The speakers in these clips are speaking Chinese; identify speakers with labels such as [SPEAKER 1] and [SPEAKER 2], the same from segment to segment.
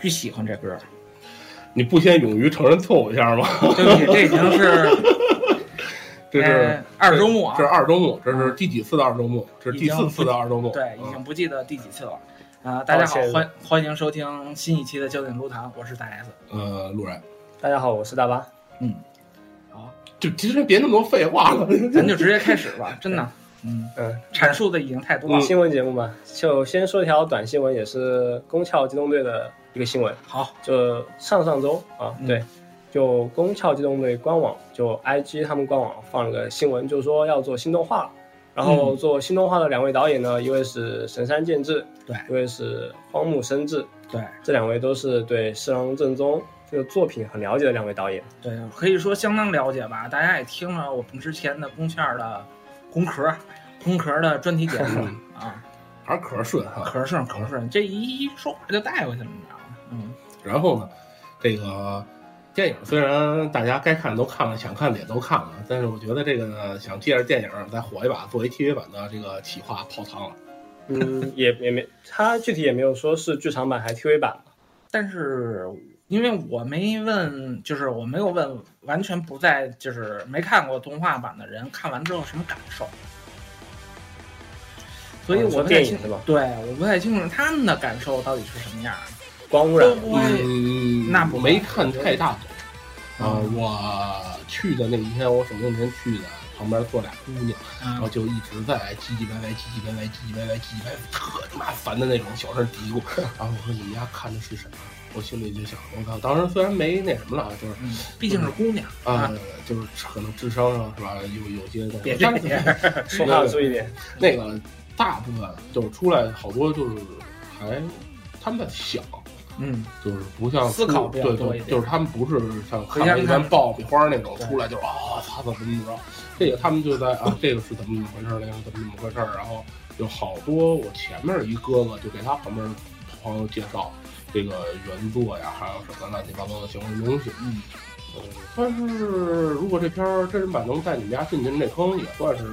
[SPEAKER 1] 巨喜欢这歌儿。
[SPEAKER 2] 你不先勇于承认错误一下吗？
[SPEAKER 1] 对不起，这已经是
[SPEAKER 2] 这是
[SPEAKER 1] 呃二周目啊
[SPEAKER 2] 这是二周目，这是第几次的二周目？这是第四次的二周目。
[SPEAKER 1] 对，已经不记得第几次了。啊、大家好
[SPEAKER 3] 好谢，谢
[SPEAKER 1] 欢欢迎收听新一期的焦点论坛，我是大 S。
[SPEAKER 2] 呃，路人，
[SPEAKER 3] 大家好，我是大巴。
[SPEAKER 2] 就其实别那么多废话了。
[SPEAKER 1] 咱就直接开始吧，真的，嗯，
[SPEAKER 3] 嗯，
[SPEAKER 1] 阐述的已经太多了。
[SPEAKER 3] 新闻节目嘛，就先说一条短新闻，也是宫壳机动队的一个新闻。
[SPEAKER 1] 好，
[SPEAKER 3] 就上上周啊，
[SPEAKER 1] 嗯
[SPEAKER 3] 对，就宫壳机动队官网，就 IG 他们官网放了个新闻，就说要做新动
[SPEAKER 1] 嗯
[SPEAKER 3] 画了。然后做新动画的两位导演呢，一位是神山健治，
[SPEAKER 1] 对
[SPEAKER 3] 一位是荒木伸志，
[SPEAKER 1] 对
[SPEAKER 3] 这两位都是对四郎正宗这个作品很了解的两位导演。
[SPEAKER 1] 对，可以说相当了解吧。大家也听了我们之前的宫圈的宫壳、宫壳的专题解说啊，
[SPEAKER 2] 还是可顺哈。
[SPEAKER 1] 壳顺壳顺，这一说话就带过去了，你知道吗？嗯，
[SPEAKER 2] 然后呢，这个电影虽然大家该看都看了，想看的也都看了，但是我觉得这个呢想借着电影再火一把，做一 TV 版的这个企划泡汤了。
[SPEAKER 3] 嗯，也也没，他具体也没有说是剧场版还是 TV 版嘛。
[SPEAKER 1] 但是因为我没问，就是我没有问，完全不在，就是没看过动画版的人看完之后什么感受，所以
[SPEAKER 3] 哦你说
[SPEAKER 1] 我不太
[SPEAKER 3] 电
[SPEAKER 1] 清
[SPEAKER 3] 影是吧
[SPEAKER 1] 对，我不太清楚他们的感受到底是什么样儿，
[SPEAKER 3] 光污染
[SPEAKER 1] 会
[SPEAKER 3] 了
[SPEAKER 1] 不会
[SPEAKER 2] 嗯，
[SPEAKER 1] 那不
[SPEAKER 2] 没看太大懂。啊、
[SPEAKER 1] 嗯
[SPEAKER 2] 我去的那一天，我手那天去的，旁边坐俩姑娘，然
[SPEAKER 1] 啊
[SPEAKER 2] 后就一直在唧唧歪歪、唧唧歪歪、唧唧歪歪、唧唧歪歪，特他妈烦的那种小声嘀咕。然后我说你们家看的是什么？我心里就想，我靠，当时虽然没那什么了，就是
[SPEAKER 1] 嗯，毕竟是姑娘
[SPEAKER 2] 啊
[SPEAKER 1] 啊，，
[SPEAKER 2] 就是可能智商上是吧，有有些东西
[SPEAKER 1] 别这
[SPEAKER 2] 但
[SPEAKER 1] 样
[SPEAKER 2] 是
[SPEAKER 3] 嗯说话要注意点。
[SPEAKER 2] 那个大部分就是出来好多就是还他们在想，
[SPEAKER 1] 嗯，
[SPEAKER 2] 就是不像
[SPEAKER 1] 思考比
[SPEAKER 2] 对
[SPEAKER 1] 较多一
[SPEAKER 2] 对，
[SPEAKER 1] 点
[SPEAKER 2] 就是他们不是像
[SPEAKER 1] 回家
[SPEAKER 2] 看一
[SPEAKER 1] 看
[SPEAKER 2] 般爆米花那种出来就是啊他怎么怎么着，这个他们就在啊这个是怎么怎么回事儿，那个是怎么怎么回事儿，然后有好多我前面一哥哥就给他旁边朋友介绍这个原作呀，还有什么乱七八糟的相关东西，
[SPEAKER 1] 嗯，
[SPEAKER 2] 嗯但是如果这片儿真人版能带你们家进进这坑，也算是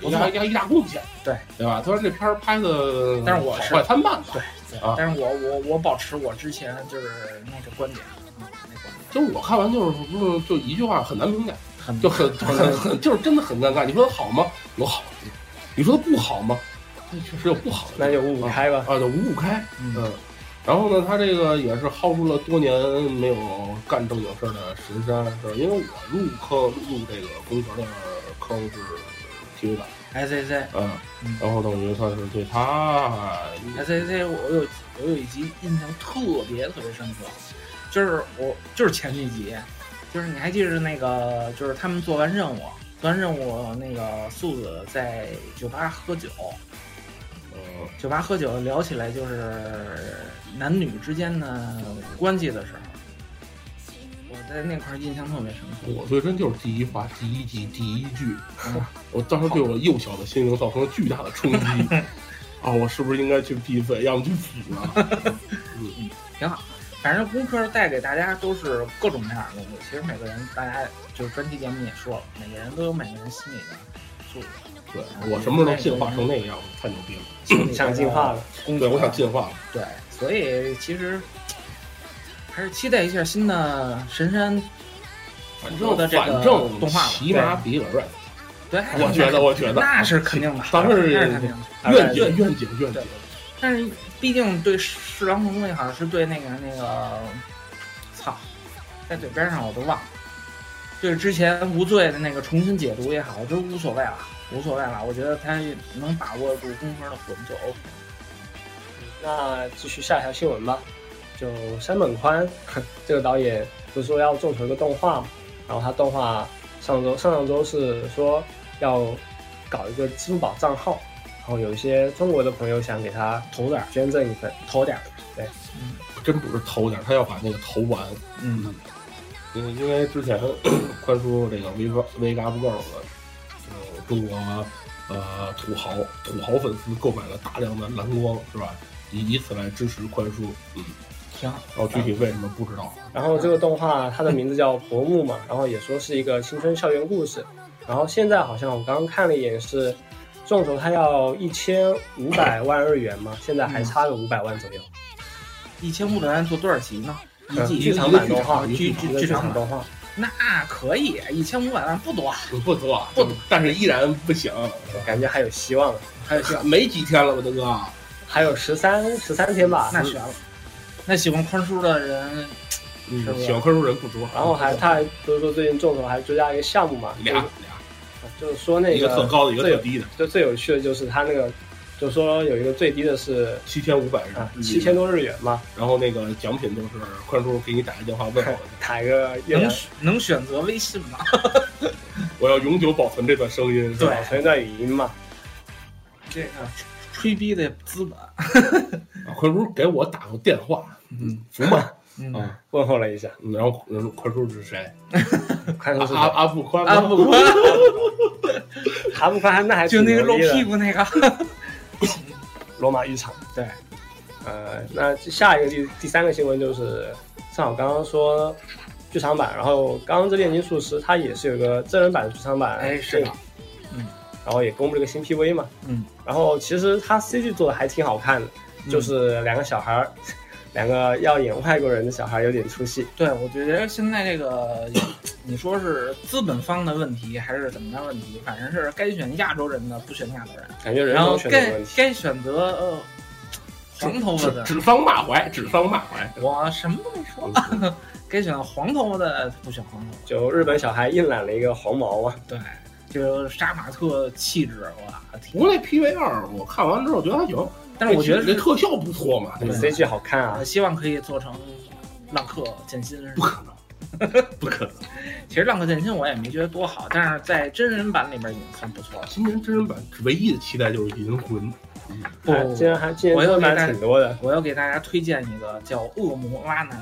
[SPEAKER 2] 一大一大一大贡献，
[SPEAKER 1] 对
[SPEAKER 2] 对吧？虽然这片儿拍的，
[SPEAKER 1] 但是我是
[SPEAKER 2] 好坏参半吧。
[SPEAKER 1] 对对
[SPEAKER 2] 啊，
[SPEAKER 1] 但是我我我保持我之前就是那个观点，嗯，那观点
[SPEAKER 2] 就我看完就是不就一句话很难评价，
[SPEAKER 1] 很
[SPEAKER 2] 就很很很就是真的很尴尬。你说它好吗？有好的地方，你说它不好吗？它确实有不好的地方，
[SPEAKER 3] 那就五五开吧。
[SPEAKER 2] 啊，就五五开，
[SPEAKER 1] 嗯
[SPEAKER 2] 嗯。然后呢，他这个也是薅出了多年没有干正经事儿的神山，是因为我入坑入这个工壳的坑是 TV 版，
[SPEAKER 1] S A C
[SPEAKER 2] 嗯
[SPEAKER 1] 嗯，
[SPEAKER 2] 然后等于算是对他，
[SPEAKER 1] S A C，我有我有一集印象特别特别深刻，就是我就是前几集，就是你还记着那个就是他们做完任务，做完任务那个素子在酒吧喝酒，
[SPEAKER 2] 嗯，
[SPEAKER 1] 酒吧喝酒聊起来就是男女之间的关系的时候，我在那块儿印象特别深刻。
[SPEAKER 2] 我最深就是第一话、第一集、第一句
[SPEAKER 1] 嗯，
[SPEAKER 2] 我当时对我幼小的心灵造成了巨大的 冲击。啊，我是不是应该去闭嘴，要么去 死啊？嗯，
[SPEAKER 1] 挺好。反正工科带给大家都是各种各样的东西。其实每个人，大家就是专题节目也说了，每个人都有每个人心里的素质，
[SPEAKER 2] 对我什么时候能进化成那个样子？太牛逼了！
[SPEAKER 1] 心里
[SPEAKER 3] 想进化了，
[SPEAKER 1] 工
[SPEAKER 2] 对，
[SPEAKER 1] 科
[SPEAKER 2] 我想进化了。
[SPEAKER 1] 对，所以其实还是期待一下新的神山。
[SPEAKER 2] 反
[SPEAKER 1] 做
[SPEAKER 2] 正
[SPEAKER 1] 的这个
[SPEAKER 2] 反正
[SPEAKER 1] 动画吧
[SPEAKER 2] 起码比尔 right，
[SPEAKER 1] 对，
[SPEAKER 2] 我觉得我觉得
[SPEAKER 1] 那是肯定的，
[SPEAKER 2] 咱们是
[SPEAKER 1] 那是肯定的。
[SPEAKER 2] 愿愿愿景愿景
[SPEAKER 1] 对，但是毕竟对侍郎同也好，是对那个那个，操，在嘴边上我都忘了。对之前无罪的那个重新解读也好，我觉得无所谓了，无所谓了。我觉得他能把握住工科的魂就 OK。
[SPEAKER 3] 那继续下一条新闻吧。就山本 宽这个导演不是说要众筹一个动画嘛，然后他动画上周上上周是说要搞一个支付宝账号，然后有一些中国的朋友想给他
[SPEAKER 1] 投点儿，
[SPEAKER 3] 捐赠一份，
[SPEAKER 1] 投点儿。
[SPEAKER 2] 真不是投点儿，他要把那个投完。
[SPEAKER 1] 嗯
[SPEAKER 2] 因为因为之前 宽叔这个 V V 嘎不够的，呃，中国呃土豪土豪粉丝购买了大量的蓝光，是吧？以以此来支持宽叔，嗯，
[SPEAKER 1] 挺好。
[SPEAKER 2] 然后具体为什么不知道，
[SPEAKER 3] 然后这个动画它的名字叫《薄 暮》嘛，然后也说是一个青春校园故事。然后现在好像我刚刚看了一眼是，
[SPEAKER 1] 嗯
[SPEAKER 3] 众筹它要一千五百万日元嘛，现在还差个五百万左右。
[SPEAKER 1] 一千五百万做多少集呢？一
[SPEAKER 3] 嗯
[SPEAKER 1] 季
[SPEAKER 3] 剧
[SPEAKER 1] 一
[SPEAKER 3] 场
[SPEAKER 1] 个
[SPEAKER 3] 版动画，
[SPEAKER 1] 剧剧
[SPEAKER 3] 剧
[SPEAKER 1] 场版，
[SPEAKER 3] 动画，
[SPEAKER 1] 那啊可以，一千五百万不多，
[SPEAKER 2] 不多，
[SPEAKER 1] 不多
[SPEAKER 2] 但是依然不行。
[SPEAKER 3] 感觉还有希望。
[SPEAKER 1] 还有需要，
[SPEAKER 2] 没几天了吧，大哥？
[SPEAKER 3] 还有十三十三天吧，嗯
[SPEAKER 1] 那悬了。那喜欢宽叔的人，
[SPEAKER 2] 嗯
[SPEAKER 1] 是不是
[SPEAKER 2] 喜欢科书人不多。
[SPEAKER 3] 然后还他还就是说最近众筹还追加一个项目嘛，
[SPEAKER 2] 俩俩，
[SPEAKER 3] 就是，就是说那
[SPEAKER 2] 嗯一个特高的，一个特低的，
[SPEAKER 3] 就最有趣的就是他那个，就说有一个最低的是
[SPEAKER 2] 七千五百日嗯
[SPEAKER 3] 啊七千。多日元嘛，
[SPEAKER 2] 然后那个奖品就是宽叔给你打一电话 问我，
[SPEAKER 3] 打一个月
[SPEAKER 1] 嗯
[SPEAKER 3] 亮
[SPEAKER 1] 能，选能选择微信吗？
[SPEAKER 2] 我要永久保存这段声音。是吧
[SPEAKER 1] 对
[SPEAKER 3] 存一段语音嘛，
[SPEAKER 1] 这个吹逼的资本，
[SPEAKER 2] 啊宽叔给我打过电话，
[SPEAKER 1] 嗯
[SPEAKER 2] 服吗？
[SPEAKER 1] 嗯，
[SPEAKER 2] 啊，
[SPEAKER 3] 问候了一下，
[SPEAKER 2] 嗯然后然后宽叔是谁？
[SPEAKER 3] 看出
[SPEAKER 2] 阿
[SPEAKER 3] 是
[SPEAKER 2] 阿阿布宽
[SPEAKER 1] 啊
[SPEAKER 2] 吗？
[SPEAKER 1] 不宽，
[SPEAKER 3] 还不看那还
[SPEAKER 1] 就
[SPEAKER 3] 挺
[SPEAKER 1] 那个露
[SPEAKER 3] 牛逼的
[SPEAKER 1] 屁股那 个，
[SPEAKER 3] 罗马浴场。
[SPEAKER 1] 对，
[SPEAKER 3] 呃，那下一个第第三个新闻就是，像我刚刚说剧场版，然后刚刚这炼金术师它也是有个真人版的剧场版，
[SPEAKER 1] 哎是的，嗯，
[SPEAKER 3] 然后也公布了一个新 PV 嘛，
[SPEAKER 1] 嗯，
[SPEAKER 3] 然后其实它 CG 做的还挺好看的，就是两个小孩儿，两个要演外国人的小孩儿有点出戏，
[SPEAKER 1] 对，我觉得现在这个，你说是资本方的问题还是怎么样问题，反正是该选亚洲人的不选亚洲人，
[SPEAKER 3] 感觉人
[SPEAKER 1] 然后
[SPEAKER 3] 口选择有
[SPEAKER 1] 该
[SPEAKER 3] 问题，
[SPEAKER 1] 该选择呃黄头发
[SPEAKER 2] 指
[SPEAKER 1] 的，
[SPEAKER 2] 指桑骂槐，指桑骂槐。
[SPEAKER 1] 我什么都没说， 该选黄头发的不选黄头发，
[SPEAKER 3] 就日本小孩硬染了一个黄毛嘛，
[SPEAKER 1] 对，就是杀马特气质，我
[SPEAKER 2] 不
[SPEAKER 1] 天！
[SPEAKER 2] 过那 PV 二我看完之后觉得还行，
[SPEAKER 1] 但是我觉得
[SPEAKER 2] 这
[SPEAKER 1] 是
[SPEAKER 2] 特效不错嘛，
[SPEAKER 1] 对
[SPEAKER 2] 这个
[SPEAKER 3] CG 好看啊
[SPEAKER 1] 呃，希望可以做成浪客剑心似的
[SPEAKER 2] 不。可能，不可能。
[SPEAKER 1] 其实浪客剑心我也没觉得多好，但是在真人版里边已经算不错了。
[SPEAKER 2] 今年真人版唯一的期待就是银魂，
[SPEAKER 1] 不
[SPEAKER 3] 还竟然还竟然
[SPEAKER 1] 我又
[SPEAKER 3] 真
[SPEAKER 1] 给
[SPEAKER 3] 人
[SPEAKER 1] 大
[SPEAKER 3] 版挺多的，
[SPEAKER 1] 哎我要给大家推荐一个叫《恶魔拉男》。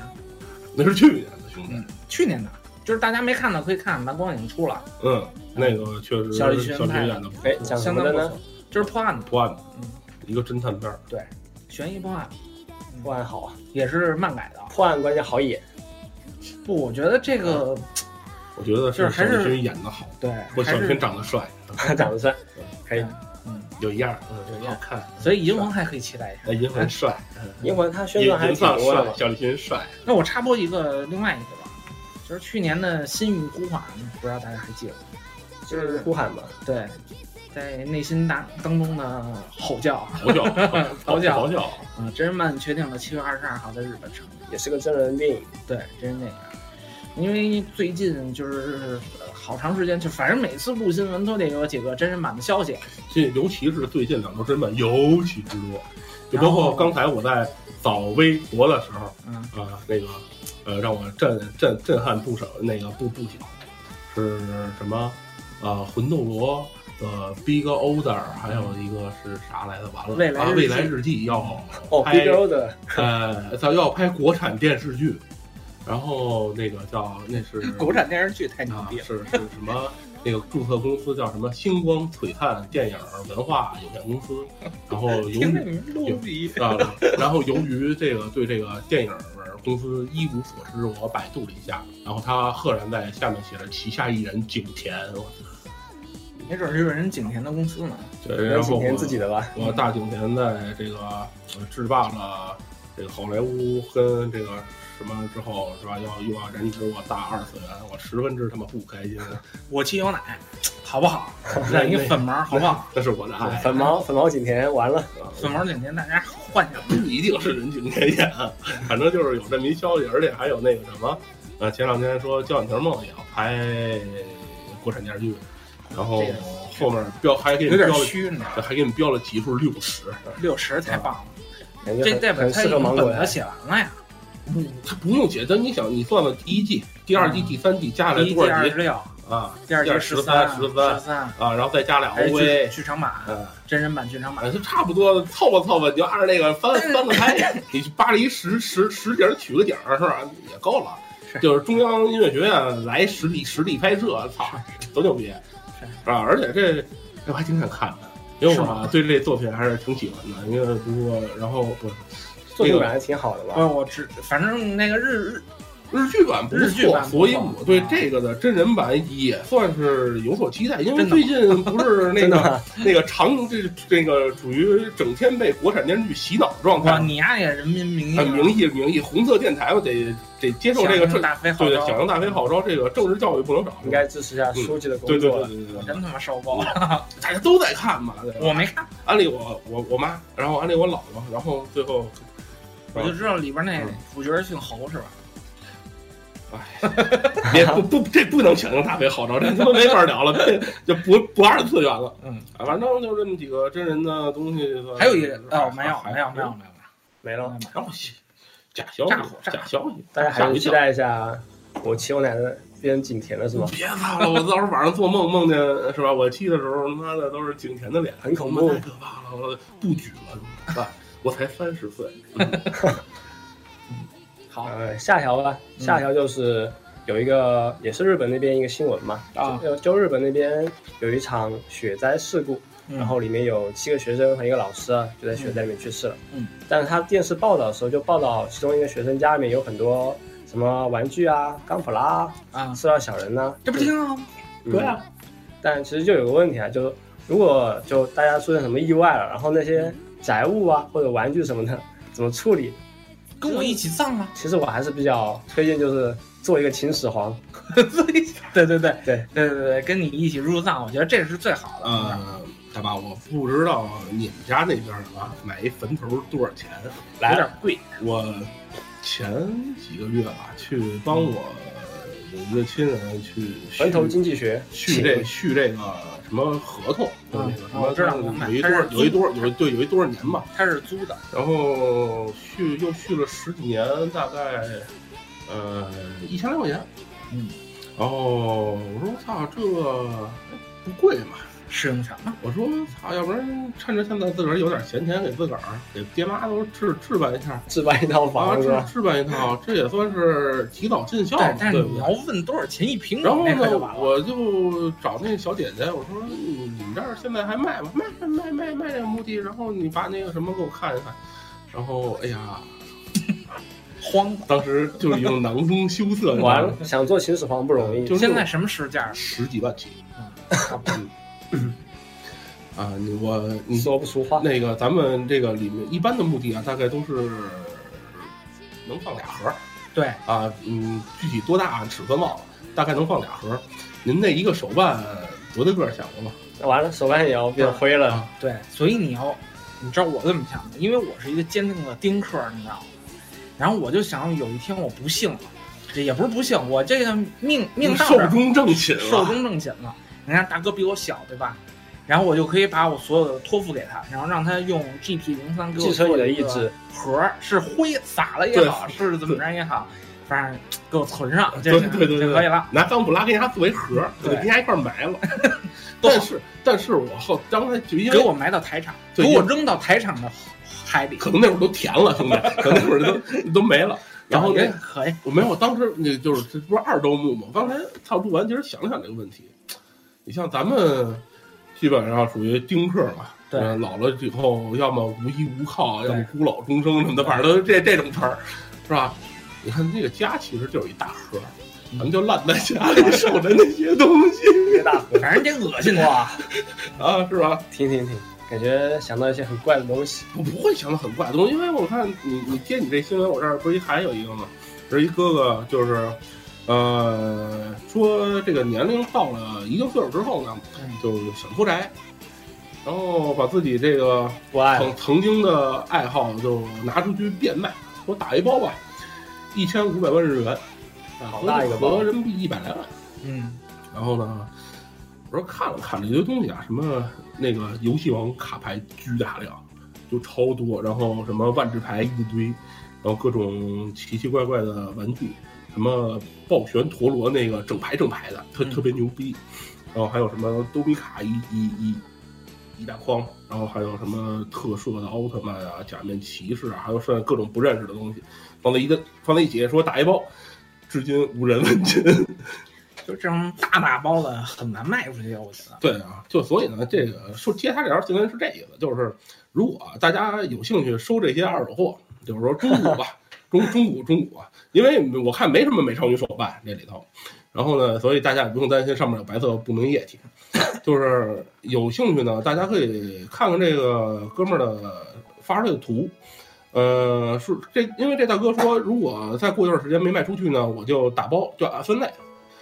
[SPEAKER 2] 那是去年的兄弟
[SPEAKER 1] 嗯。去年的，就是大家没看的可以看，蓝光已经出了，
[SPEAKER 2] 嗯，那个确实
[SPEAKER 1] 小
[SPEAKER 2] 小
[SPEAKER 1] 栗
[SPEAKER 2] 李
[SPEAKER 1] 旬
[SPEAKER 2] 演
[SPEAKER 1] 拍的
[SPEAKER 2] 的
[SPEAKER 3] 哎，讲什
[SPEAKER 1] 相
[SPEAKER 3] 么
[SPEAKER 1] 当不
[SPEAKER 3] 的呢
[SPEAKER 1] 错？。就是破案的，
[SPEAKER 2] 破案的
[SPEAKER 1] 嗯，
[SPEAKER 2] 一个侦探片儿，
[SPEAKER 1] 悬疑破案，嗯
[SPEAKER 3] 破案好啊，
[SPEAKER 1] 也是漫改的。
[SPEAKER 3] 破案关键好演，
[SPEAKER 1] 不，我觉得这个
[SPEAKER 2] 我觉得
[SPEAKER 1] 就是
[SPEAKER 2] 小
[SPEAKER 1] 还
[SPEAKER 2] 李
[SPEAKER 1] 是
[SPEAKER 2] 旬演的好，
[SPEAKER 1] 对
[SPEAKER 2] 我
[SPEAKER 1] 还
[SPEAKER 2] 小李
[SPEAKER 1] 是
[SPEAKER 2] 旬长得帅，
[SPEAKER 3] 长得帅，可 以。
[SPEAKER 1] 嗯，
[SPEAKER 2] 有一样，嗯，
[SPEAKER 1] 有一
[SPEAKER 2] 好
[SPEAKER 1] 样
[SPEAKER 2] 看。
[SPEAKER 1] 所以啊银魂还可以期待一下。
[SPEAKER 2] 哎，银魂帅，
[SPEAKER 3] 英文它宣
[SPEAKER 2] 银
[SPEAKER 3] 传还
[SPEAKER 2] 魂
[SPEAKER 3] 挺多的
[SPEAKER 2] 帅，
[SPEAKER 3] 嘛，
[SPEAKER 2] 小李旬帅，
[SPEAKER 1] 那我插播一个另外一个吧，就是去年的《心与呼唤》，不知道大家还记得吗？
[SPEAKER 3] 就是呼喊嘛，
[SPEAKER 1] 对，在内心大当中的吼叫啊、
[SPEAKER 2] 好 笑，
[SPEAKER 1] 好笑
[SPEAKER 2] 好笑。
[SPEAKER 1] 嗯真人版确定了七月二十二号在日本上映。
[SPEAKER 3] 也是个真人电影，
[SPEAKER 1] 对，真是那样。因为最近就是呃好长时间，就反正每次录新闻都得有几个真人版的消息。
[SPEAKER 2] 这尤其是最近两周真版尤其之多，就包
[SPEAKER 1] 然
[SPEAKER 2] 括
[SPEAKER 1] 后
[SPEAKER 2] 刚才我在扫微博的时候
[SPEAKER 1] 嗯，
[SPEAKER 2] 啊，那个呃让我震震震撼不少，那个不不小是什么啊？魂斗罗呃 Big Order，还有一个是啥来着？完了，
[SPEAKER 1] 未来
[SPEAKER 2] 啊
[SPEAKER 1] 日记
[SPEAKER 2] 未来日记要
[SPEAKER 3] 哦
[SPEAKER 2] 拍
[SPEAKER 3] ，Big O 的
[SPEAKER 2] 呃他要拍国产电视剧，然后那个叫那是
[SPEAKER 1] 国产电视剧太牛
[SPEAKER 2] 啊，
[SPEAKER 1] 逼了。
[SPEAKER 2] 是是什么？那个注册公司叫什么？星光璀璨电影文化有限公司。然后由
[SPEAKER 1] 听这
[SPEAKER 2] 于
[SPEAKER 1] 名录逼，
[SPEAKER 2] 啊，然后由于这个对这个电影公司一无所知，我百度了一下，然后他赫然在下面写着旗下艺人景甜，
[SPEAKER 1] 没准日本人景甜的公司呢。
[SPEAKER 2] 对，
[SPEAKER 3] 有
[SPEAKER 2] 然
[SPEAKER 3] 景
[SPEAKER 2] 后
[SPEAKER 3] 甜自己的吧，
[SPEAKER 2] 我大景甜在这个呃制霸了这个好莱坞跟这个什么之后是吧？要又要染指我大二次元，我十分之他妈不开心。
[SPEAKER 1] 我骑有奶，好不 好？染一个粉毛，好不好？
[SPEAKER 2] 那是我的爱，
[SPEAKER 3] 粉毛粉毛景甜完了，
[SPEAKER 1] 粉毛景甜，大家幻想。
[SPEAKER 2] 不 一定是人景天演， 反正就是有这么一消息，而且还有那个什么，呃，前两天说《焦点亭梦》也要拍国产电视剧，然后
[SPEAKER 1] 这个
[SPEAKER 2] 后面标还给你
[SPEAKER 1] 有点
[SPEAKER 2] 标了，
[SPEAKER 1] 虚，你知道吗？
[SPEAKER 2] 还给你标了集数六十，
[SPEAKER 1] 六十太棒了，
[SPEAKER 3] 感觉
[SPEAKER 1] 这代
[SPEAKER 3] 很
[SPEAKER 1] 表
[SPEAKER 3] 很
[SPEAKER 1] 他
[SPEAKER 3] 适
[SPEAKER 1] 已
[SPEAKER 3] 合
[SPEAKER 1] 经
[SPEAKER 3] 芒
[SPEAKER 1] 本
[SPEAKER 3] 果
[SPEAKER 1] 子
[SPEAKER 3] 呀。
[SPEAKER 1] 写完了呀，
[SPEAKER 2] 他不用写，但你想，你算算第一季、第二季、
[SPEAKER 1] 嗯
[SPEAKER 2] 第三季加起
[SPEAKER 1] 第
[SPEAKER 2] 来
[SPEAKER 1] 一
[SPEAKER 2] 多
[SPEAKER 1] 季
[SPEAKER 2] 少
[SPEAKER 1] 二
[SPEAKER 2] 集
[SPEAKER 1] 十六，
[SPEAKER 2] 啊？
[SPEAKER 1] 第二季
[SPEAKER 2] 十
[SPEAKER 1] 三、
[SPEAKER 2] 十
[SPEAKER 1] 十
[SPEAKER 2] 三
[SPEAKER 1] 三，
[SPEAKER 2] 啊，然后再加俩
[SPEAKER 1] 还是
[SPEAKER 2] OVA，
[SPEAKER 1] 剧剧场版、
[SPEAKER 2] 嗯。
[SPEAKER 1] 真人版剧场版。
[SPEAKER 2] 啊，就差不多凑吧凑吧，你就按着那个翻翻个拍， 你去巴黎十十十景儿取个景儿是吧？也够了。
[SPEAKER 1] 是
[SPEAKER 2] 就是中央音乐学院来实地实地拍摄，操，多牛逼！
[SPEAKER 1] 是
[SPEAKER 2] 啊，而且这哎我还挺想看的，因为
[SPEAKER 1] 是
[SPEAKER 2] 我
[SPEAKER 1] 吗
[SPEAKER 2] 啊对这作品还是挺喜欢的。因为不过，然后我
[SPEAKER 1] 嗯
[SPEAKER 3] 做这个还挺好的吧？
[SPEAKER 1] 我我只反正那个日日
[SPEAKER 2] 日剧版不
[SPEAKER 1] 日剧
[SPEAKER 2] 错，
[SPEAKER 1] 版不错
[SPEAKER 2] 所以我对
[SPEAKER 1] 啊
[SPEAKER 2] 这个的真人版也算是有所期待，因为
[SPEAKER 1] 真的
[SPEAKER 2] 最 近不是那
[SPEAKER 3] 真的
[SPEAKER 2] 个
[SPEAKER 3] 吗？
[SPEAKER 2] 那个长这这个属于整天被国产电视剧洗脑的状
[SPEAKER 1] 哇，
[SPEAKER 2] 态，
[SPEAKER 1] 啊你丫也人民名义
[SPEAKER 2] 很
[SPEAKER 1] 了
[SPEAKER 2] 名义名义红色电台嘛，得得接受这个
[SPEAKER 1] 响
[SPEAKER 2] 正
[SPEAKER 1] 应大飞号
[SPEAKER 2] 对对
[SPEAKER 1] 召
[SPEAKER 2] 响应大飞号召，这个政治教育不能少，
[SPEAKER 3] 应该支持一下书记的工
[SPEAKER 2] 对对
[SPEAKER 3] 作
[SPEAKER 2] 对
[SPEAKER 3] 了。
[SPEAKER 2] 对对
[SPEAKER 1] 我
[SPEAKER 2] 对，
[SPEAKER 1] 真他妈受够了，
[SPEAKER 2] 大家都在看嘛，对吧
[SPEAKER 1] 我没看，
[SPEAKER 2] 安利我我我妈，然后安利我姥姥，然后最后
[SPEAKER 1] 我就知道里边那
[SPEAKER 2] 嗯
[SPEAKER 1] 主角姓侯是吧？
[SPEAKER 2] 别不不，这不能响应大飞号召，这他妈没法聊了，这就不不二次元了。
[SPEAKER 1] 嗯，
[SPEAKER 2] 啊，反正就这么几个真人的东西算是。
[SPEAKER 1] 还有一个
[SPEAKER 2] 嗯
[SPEAKER 1] 哦，没有
[SPEAKER 2] 还
[SPEAKER 1] 没有没有。没有
[SPEAKER 3] 没
[SPEAKER 1] 没有
[SPEAKER 3] 了，
[SPEAKER 1] 没有，
[SPEAKER 2] 然后假消息
[SPEAKER 1] 炸火，炸火
[SPEAKER 2] 假消息，
[SPEAKER 3] 大家还
[SPEAKER 2] 吓
[SPEAKER 3] 是
[SPEAKER 2] 一
[SPEAKER 3] 期
[SPEAKER 2] 跳
[SPEAKER 3] 待一下我骑我奶奶变成景甜了是吗？
[SPEAKER 2] 别操了！我到时候晚上做梦梦见是吧？我记的时候，他妈的都是景甜的脸，
[SPEAKER 3] 很恐
[SPEAKER 2] 他
[SPEAKER 3] 怖
[SPEAKER 2] 妈太可怕了！我不举了，怎么办？我才三十岁，嗯
[SPEAKER 1] 好
[SPEAKER 3] 呃，下条吧，
[SPEAKER 1] 嗯
[SPEAKER 3] 下条就是有一个也是日本那边一个新闻嘛，
[SPEAKER 1] 啊，
[SPEAKER 3] 就就日本那边有一场雪灾事故，然
[SPEAKER 1] 然
[SPEAKER 3] 后里面有七个学生和一个老师啊，就在雪灾里面去世了。
[SPEAKER 1] 嗯，
[SPEAKER 3] 但是他电视报道的时候就报道其中一个学生家里面有很多什么玩具啊、钢普拉、啊、
[SPEAKER 1] 啊，
[SPEAKER 3] 塑料小人呐、
[SPEAKER 1] 这不
[SPEAKER 3] 就
[SPEAKER 1] 挺好吗？
[SPEAKER 3] 嗯
[SPEAKER 2] 对啊，
[SPEAKER 3] 但其实就有个问题啊，就是如果就大家出现什么意外了，然后那
[SPEAKER 1] 嗯
[SPEAKER 3] 些宅物啊或者玩具什么的怎么处理？
[SPEAKER 1] 跟我一起葬啊！
[SPEAKER 3] 其实我还是比较推荐，就是做一个秦始皇。
[SPEAKER 1] 对对对
[SPEAKER 3] 对，
[SPEAKER 1] 对对对，跟你一起入葬，我觉得这是最好的。
[SPEAKER 2] 呃，大爸，我不知道你们家那边啊，买一坟头多少钱？
[SPEAKER 1] 有
[SPEAKER 3] 来
[SPEAKER 1] 点
[SPEAKER 3] 了，
[SPEAKER 1] 贵，
[SPEAKER 2] 我前几个月吧，去帮我有一个亲人去续
[SPEAKER 3] 坟头经济学，
[SPEAKER 2] 续这续这个什么合同，就是那个什么
[SPEAKER 1] 我知道我明白
[SPEAKER 2] 有一
[SPEAKER 1] 它
[SPEAKER 2] 多
[SPEAKER 1] 是
[SPEAKER 2] 少有一多少有一对有一多少年吧，
[SPEAKER 1] 它是租的，
[SPEAKER 2] 然后续又续了十几年，大概呃一千来块钱，
[SPEAKER 1] 嗯，
[SPEAKER 2] 然后我说操这哎不贵嘛，
[SPEAKER 1] 试用权嘛。
[SPEAKER 2] 我说操，要不然趁着现在自个儿有点闲钱，给自个儿给爹妈都置置办一下。
[SPEAKER 3] 置办一套
[SPEAKER 2] 啊，
[SPEAKER 3] 房
[SPEAKER 1] 哦
[SPEAKER 2] 置
[SPEAKER 3] 是吧？
[SPEAKER 2] 置办一套，这也算是提早尽孝嘛
[SPEAKER 1] 但，但
[SPEAKER 2] 对
[SPEAKER 1] 是
[SPEAKER 2] 不
[SPEAKER 1] 你
[SPEAKER 2] 对
[SPEAKER 1] 要？问多少钱一苹
[SPEAKER 2] 然
[SPEAKER 1] 果，
[SPEAKER 2] 后
[SPEAKER 1] 那可就
[SPEAKER 2] 呢
[SPEAKER 1] 完，了。
[SPEAKER 2] 我就找那小姐姐，我说你们这儿现在还卖吗？卖卖卖卖这个墓地，然后你把那个什么给我看一看。然后哎呀，
[SPEAKER 1] 慌
[SPEAKER 2] 当时就是一种囊中羞 涩，
[SPEAKER 3] 完了，想做秦始皇不容易
[SPEAKER 2] 就。是
[SPEAKER 1] 现在什么时价？
[SPEAKER 2] 十几万起。嗯啊，你我
[SPEAKER 1] 嗯
[SPEAKER 2] 你
[SPEAKER 3] 说不出话。
[SPEAKER 2] 那个咱们这个里面一般的墓地啊，大概都是能放俩盒儿
[SPEAKER 1] 对，
[SPEAKER 2] 啊，嗯，具体多大尺寸忘了，大概能放俩盒儿。您那一个手办多大个儿想过吗？
[SPEAKER 3] 完了，手办也要变灰了。
[SPEAKER 2] 啊
[SPEAKER 1] 对，所以你要，你知道我怎么想的？因为我是一个坚定的丁克，你知道吗？然后我就想有一天我不幸了，这也不是不幸，我这个命命到这
[SPEAKER 2] 寿
[SPEAKER 1] 儿
[SPEAKER 2] 终正寝
[SPEAKER 1] 寿
[SPEAKER 2] 了。
[SPEAKER 1] 终正寝了。你看大哥比我小，对吧？然后我就可以把我所有的托付给他，然后让他用 GP 零三给我
[SPEAKER 3] 继承你
[SPEAKER 1] 做
[SPEAKER 3] 的
[SPEAKER 1] 一
[SPEAKER 3] 意
[SPEAKER 1] 个
[SPEAKER 3] 志，
[SPEAKER 1] 盒儿，是灰撒了也
[SPEAKER 2] 对
[SPEAKER 1] 好，是怎么着也好，反正给我存上，这
[SPEAKER 2] 对
[SPEAKER 1] 就
[SPEAKER 2] 对对
[SPEAKER 1] 就
[SPEAKER 2] 对，
[SPEAKER 1] 可以了。
[SPEAKER 2] 拿钢普拉给人家作为盒儿，
[SPEAKER 1] 对
[SPEAKER 2] 给人家一块儿埋了。
[SPEAKER 1] 多好
[SPEAKER 2] 但是，但是我后刚才就因
[SPEAKER 1] 给
[SPEAKER 2] 为
[SPEAKER 1] 我埋到台场，
[SPEAKER 2] 对
[SPEAKER 1] 给我扔到台场的海里。
[SPEAKER 2] 可能那会儿都填了，兄弟，可能那会儿都都没了。然后那
[SPEAKER 1] 也可以，
[SPEAKER 2] 我没有，我当时那就是这不是二周目吗？刚才操录完，其实想了想这个问题，你像咱们基本上属于丁克嘛，
[SPEAKER 1] 对
[SPEAKER 2] 呃老了以后要么无依无靠，
[SPEAKER 1] 对
[SPEAKER 2] 要么孤老终生什么的，反正都是这这种词儿，是吧？你看那个家其实就是一大盒，咱们就烂在家里 守着那些东西
[SPEAKER 3] 一个大盒。
[SPEAKER 1] 反正得恶心他。
[SPEAKER 3] 哇，
[SPEAKER 2] 啊，是吧？
[SPEAKER 3] 停停停，感觉想到一些很怪的东西。
[SPEAKER 2] 我不会想的很怪的东西，因为我看你你接你这新闻，我这儿不是还有一个吗？是一哥哥，就是，呃，说这个年龄到了一定岁数之后呢
[SPEAKER 1] 嗯，
[SPEAKER 2] 就想脱宅，然后把自己这个
[SPEAKER 3] 不爱了
[SPEAKER 2] 曾曾经的爱好就拿出去变卖，我打一包吧，一千五百万日元，
[SPEAKER 3] 好大一个包
[SPEAKER 2] 合人民币一百来万。
[SPEAKER 1] 嗯，
[SPEAKER 2] 然后呢，我说看了看了一堆东西啊，什么那个游戏王卡牌巨大量，就超多，然后什么万智牌一堆，然后各种奇奇怪怪的玩具，什么暴旋陀螺那个整排整排的，特
[SPEAKER 1] 嗯
[SPEAKER 2] 特别牛逼，然后还有什么多米卡一一一。一大筐，然后还有什么特摄的奥特曼啊、假面骑士啊，还有剩下各种不认识的东西，放在一个放在一起，说打一包，至今无人问津。
[SPEAKER 1] 就这种大大包的很难卖出去，我觉得。
[SPEAKER 2] 对啊，就所以呢，这个说接他这条新闻是这意思，就是如果大家有兴趣收这些二手货，就是说中古吧，中中古中古啊，因为我看没什么美少女手办这里头，然后呢，所以大家也不用担心上面有白色不明液体，就是有兴趣呢，大家可以看看这个哥们儿的发出来的图，呃，是这因为这大哥说，如果再过一段时间没卖出去呢，我就打包就按分类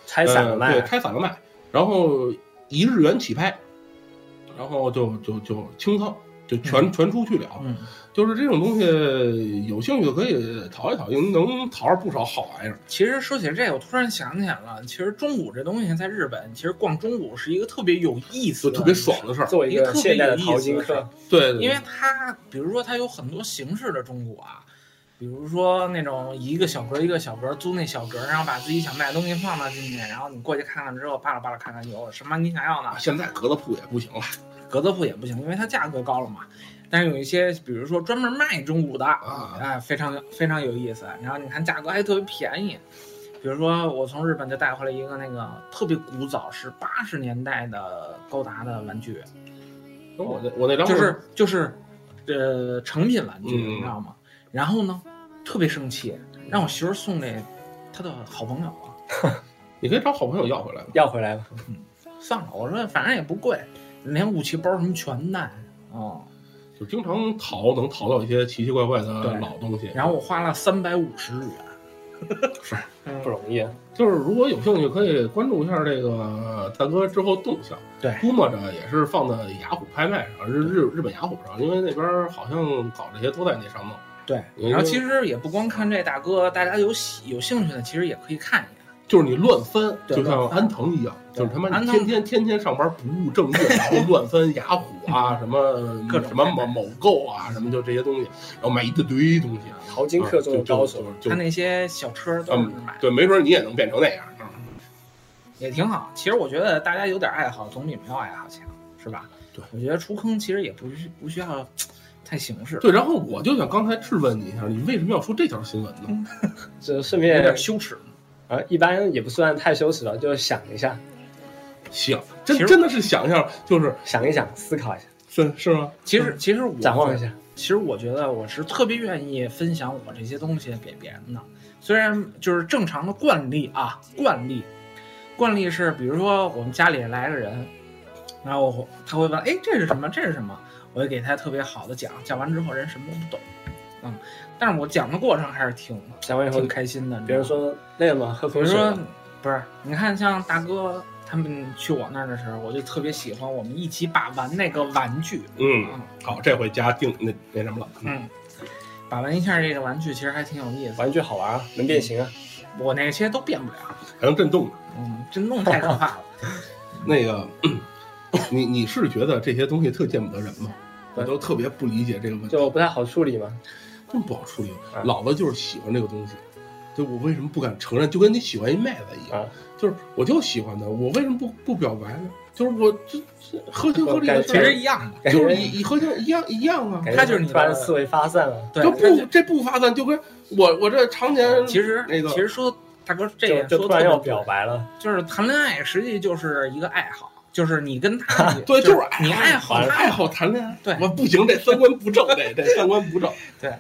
[SPEAKER 3] 拆散了卖
[SPEAKER 2] 呃，对，，拆散了卖，然后一日元起拍，然后就就就清仓，就全、全出去了。
[SPEAKER 1] 嗯，
[SPEAKER 2] 就是这种东西，有兴趣的可以淘一淘，应能淘着不少好玩意儿。
[SPEAKER 1] 其实说起这个，我突然想起来了，其实中古这东西在日本，其实逛中古是一个特别有意思
[SPEAKER 2] 就
[SPEAKER 1] 的、
[SPEAKER 2] 特别爽的事儿。
[SPEAKER 3] 做一
[SPEAKER 1] 一个
[SPEAKER 3] 个
[SPEAKER 1] 特别
[SPEAKER 3] 现代的
[SPEAKER 1] 有意
[SPEAKER 3] 淘
[SPEAKER 1] 思
[SPEAKER 3] 金
[SPEAKER 1] 的事儿
[SPEAKER 3] 客，
[SPEAKER 2] 对，对
[SPEAKER 1] 因为它，比如说它有很多形式的中古啊，比如说那种一个小格一个小格租那小格，然后把自己想卖的东西放到进去，然后你过去看看之后，扒拉扒拉看看有什么你想要的
[SPEAKER 2] 啊，现在格子铺也不行了
[SPEAKER 1] 格子铺也不行，因为它价格高了嘛。但是有一些，比如说专门卖中古的，
[SPEAKER 2] 啊。
[SPEAKER 1] 哎，非常非常有意思。啊然后你看价格还特别便宜，比如说我从日本就带回来一个那个特别古早，是八十年代的高达的玩具，
[SPEAKER 2] 跟我那我那两会
[SPEAKER 1] 哦就
[SPEAKER 2] 儿
[SPEAKER 1] 是就是，呃，成品玩具，
[SPEAKER 2] 嗯
[SPEAKER 1] 你知道吗？然后呢，特别生气，让我媳妇儿送给她的好朋友啊，
[SPEAKER 2] 你可以找好朋友要回来嘛。
[SPEAKER 3] 要回来吧。
[SPEAKER 1] 算了，我说反正也不贵，连武器包什么全带哦。
[SPEAKER 2] 就经常淘，能淘到一些奇奇怪怪的
[SPEAKER 1] 对
[SPEAKER 2] 老东西。
[SPEAKER 1] 然后我花了三百五十日元，
[SPEAKER 2] 是
[SPEAKER 1] 嗯
[SPEAKER 3] 不容易，啊
[SPEAKER 2] 就是如果有兴趣，可以关注一下这个大哥之后动向。
[SPEAKER 1] 对
[SPEAKER 2] 估摸着也是放在雅虎拍卖上，日日日本雅虎上，因为那边好像搞这些都在那上弄。
[SPEAKER 1] 对，
[SPEAKER 2] 嗯
[SPEAKER 1] 然后其实也不光看这大哥，大家有喜有兴趣的，其实也可以看一眼。
[SPEAKER 2] 就是你乱翻，
[SPEAKER 1] 对
[SPEAKER 2] 就像
[SPEAKER 1] 乱翻
[SPEAKER 2] 安藤一样，就
[SPEAKER 1] 对
[SPEAKER 2] 是他妈
[SPEAKER 1] 安
[SPEAKER 2] 你
[SPEAKER 1] 藤
[SPEAKER 2] 天天天天上班不务正业，然后乱翻雅虎啊，什么
[SPEAKER 1] 各种
[SPEAKER 2] 什么某某购啊，什么就这些东西，然后买一大堆东西。啊
[SPEAKER 3] 淘金客中
[SPEAKER 2] 就
[SPEAKER 3] 的高手，，
[SPEAKER 2] 就
[SPEAKER 1] 他
[SPEAKER 2] 嗯就就
[SPEAKER 1] 那些小车都是买的，
[SPEAKER 2] 对，没准你也能变成那样。嗯
[SPEAKER 1] 也挺好。其实我觉得大家有点爱好，总比没有爱好强，是吧？
[SPEAKER 2] 对，
[SPEAKER 1] 我觉得出坑其实也不需不需要太形式，
[SPEAKER 2] 对，然后我就想刚才质问你一下，你为什么要说这条新闻呢？
[SPEAKER 3] 这顺
[SPEAKER 1] 有
[SPEAKER 3] 便
[SPEAKER 1] 点羞耻。
[SPEAKER 3] 呃，一般也不算太羞耻了，就想一下，
[SPEAKER 2] 想，真
[SPEAKER 1] 其实
[SPEAKER 2] 真的是想象，就是
[SPEAKER 3] 想一想，思考一下，
[SPEAKER 2] 是是吗？
[SPEAKER 1] 其
[SPEAKER 3] 嗯
[SPEAKER 1] 实其实我
[SPEAKER 3] 展望一下。
[SPEAKER 1] 其实我觉得我是特别愿意分享我这些东西给别人的，虽然就是正常的惯例啊，惯例，惯例是比如说我们家里来个人，然后我他会问，哎，这是什么？这是什么？我就给他特别好的讲，讲完之后人什么都不懂，嗯，但是我讲的过程还是挺
[SPEAKER 3] 讲完以后
[SPEAKER 1] 挺，开心的。你知道
[SPEAKER 3] 别人
[SPEAKER 1] 吗，
[SPEAKER 3] 说累了吗？喝
[SPEAKER 1] 比
[SPEAKER 3] 口
[SPEAKER 1] 如
[SPEAKER 3] 水啊
[SPEAKER 1] 说
[SPEAKER 3] 吧。
[SPEAKER 1] 不是，你看像大哥他们去我那儿的时候，我就特别喜欢我们一起把玩那个玩具，
[SPEAKER 2] 嗯，
[SPEAKER 1] 嗯
[SPEAKER 2] 好，这回加定那那什么了。嗯
[SPEAKER 1] 嗯，把玩一下这个玩具，其实还挺有意思的。
[SPEAKER 3] 玩具好玩啊，能变形啊，
[SPEAKER 1] 我那些都变不了，
[SPEAKER 2] 还能震动呢。
[SPEAKER 1] 嗯，震动太可怕 了。
[SPEAKER 2] 那个，你你是觉得这些东西特见不得人吗？我都特别不理解这个问题，
[SPEAKER 3] 就不太好处理嘛。
[SPEAKER 2] 真不好处理
[SPEAKER 1] 哎
[SPEAKER 3] 啊。
[SPEAKER 2] 老子就是喜欢这个东西，就我为什么不敢承认？就跟你喜欢一妹子一
[SPEAKER 1] 哎
[SPEAKER 2] 样
[SPEAKER 3] 啊，
[SPEAKER 2] 就是我就喜欢她，我为什么不不表白呢？就是我这这合情合理的
[SPEAKER 3] 我
[SPEAKER 2] 事
[SPEAKER 1] 其实
[SPEAKER 2] 儿，
[SPEAKER 1] 一样的，
[SPEAKER 3] 感
[SPEAKER 2] 就是
[SPEAKER 3] 觉
[SPEAKER 2] 一一合情一样一样啊，
[SPEAKER 3] 感觉
[SPEAKER 1] 他就是你的
[SPEAKER 3] 突然思维发散了，
[SPEAKER 1] 对，嗯
[SPEAKER 2] 就
[SPEAKER 1] 他
[SPEAKER 2] 不这不发散，就跟我我这常年
[SPEAKER 1] 其实
[SPEAKER 2] 那个
[SPEAKER 1] 其实说大哥这
[SPEAKER 3] 就
[SPEAKER 1] 也
[SPEAKER 3] 就
[SPEAKER 1] 说
[SPEAKER 3] 突
[SPEAKER 1] 得
[SPEAKER 3] 然
[SPEAKER 1] 特别
[SPEAKER 3] 要
[SPEAKER 1] 对
[SPEAKER 3] 表，白了，
[SPEAKER 1] 就是谈恋爱实际就是一个爱好，就是你跟他
[SPEAKER 2] 对，
[SPEAKER 1] 就
[SPEAKER 2] 就是是爱
[SPEAKER 1] 你爱好
[SPEAKER 2] 好爱
[SPEAKER 1] 他，
[SPEAKER 2] 好谈恋爱，
[SPEAKER 1] 对
[SPEAKER 2] 我不行，这三观不正，这这三观不正。
[SPEAKER 1] 对，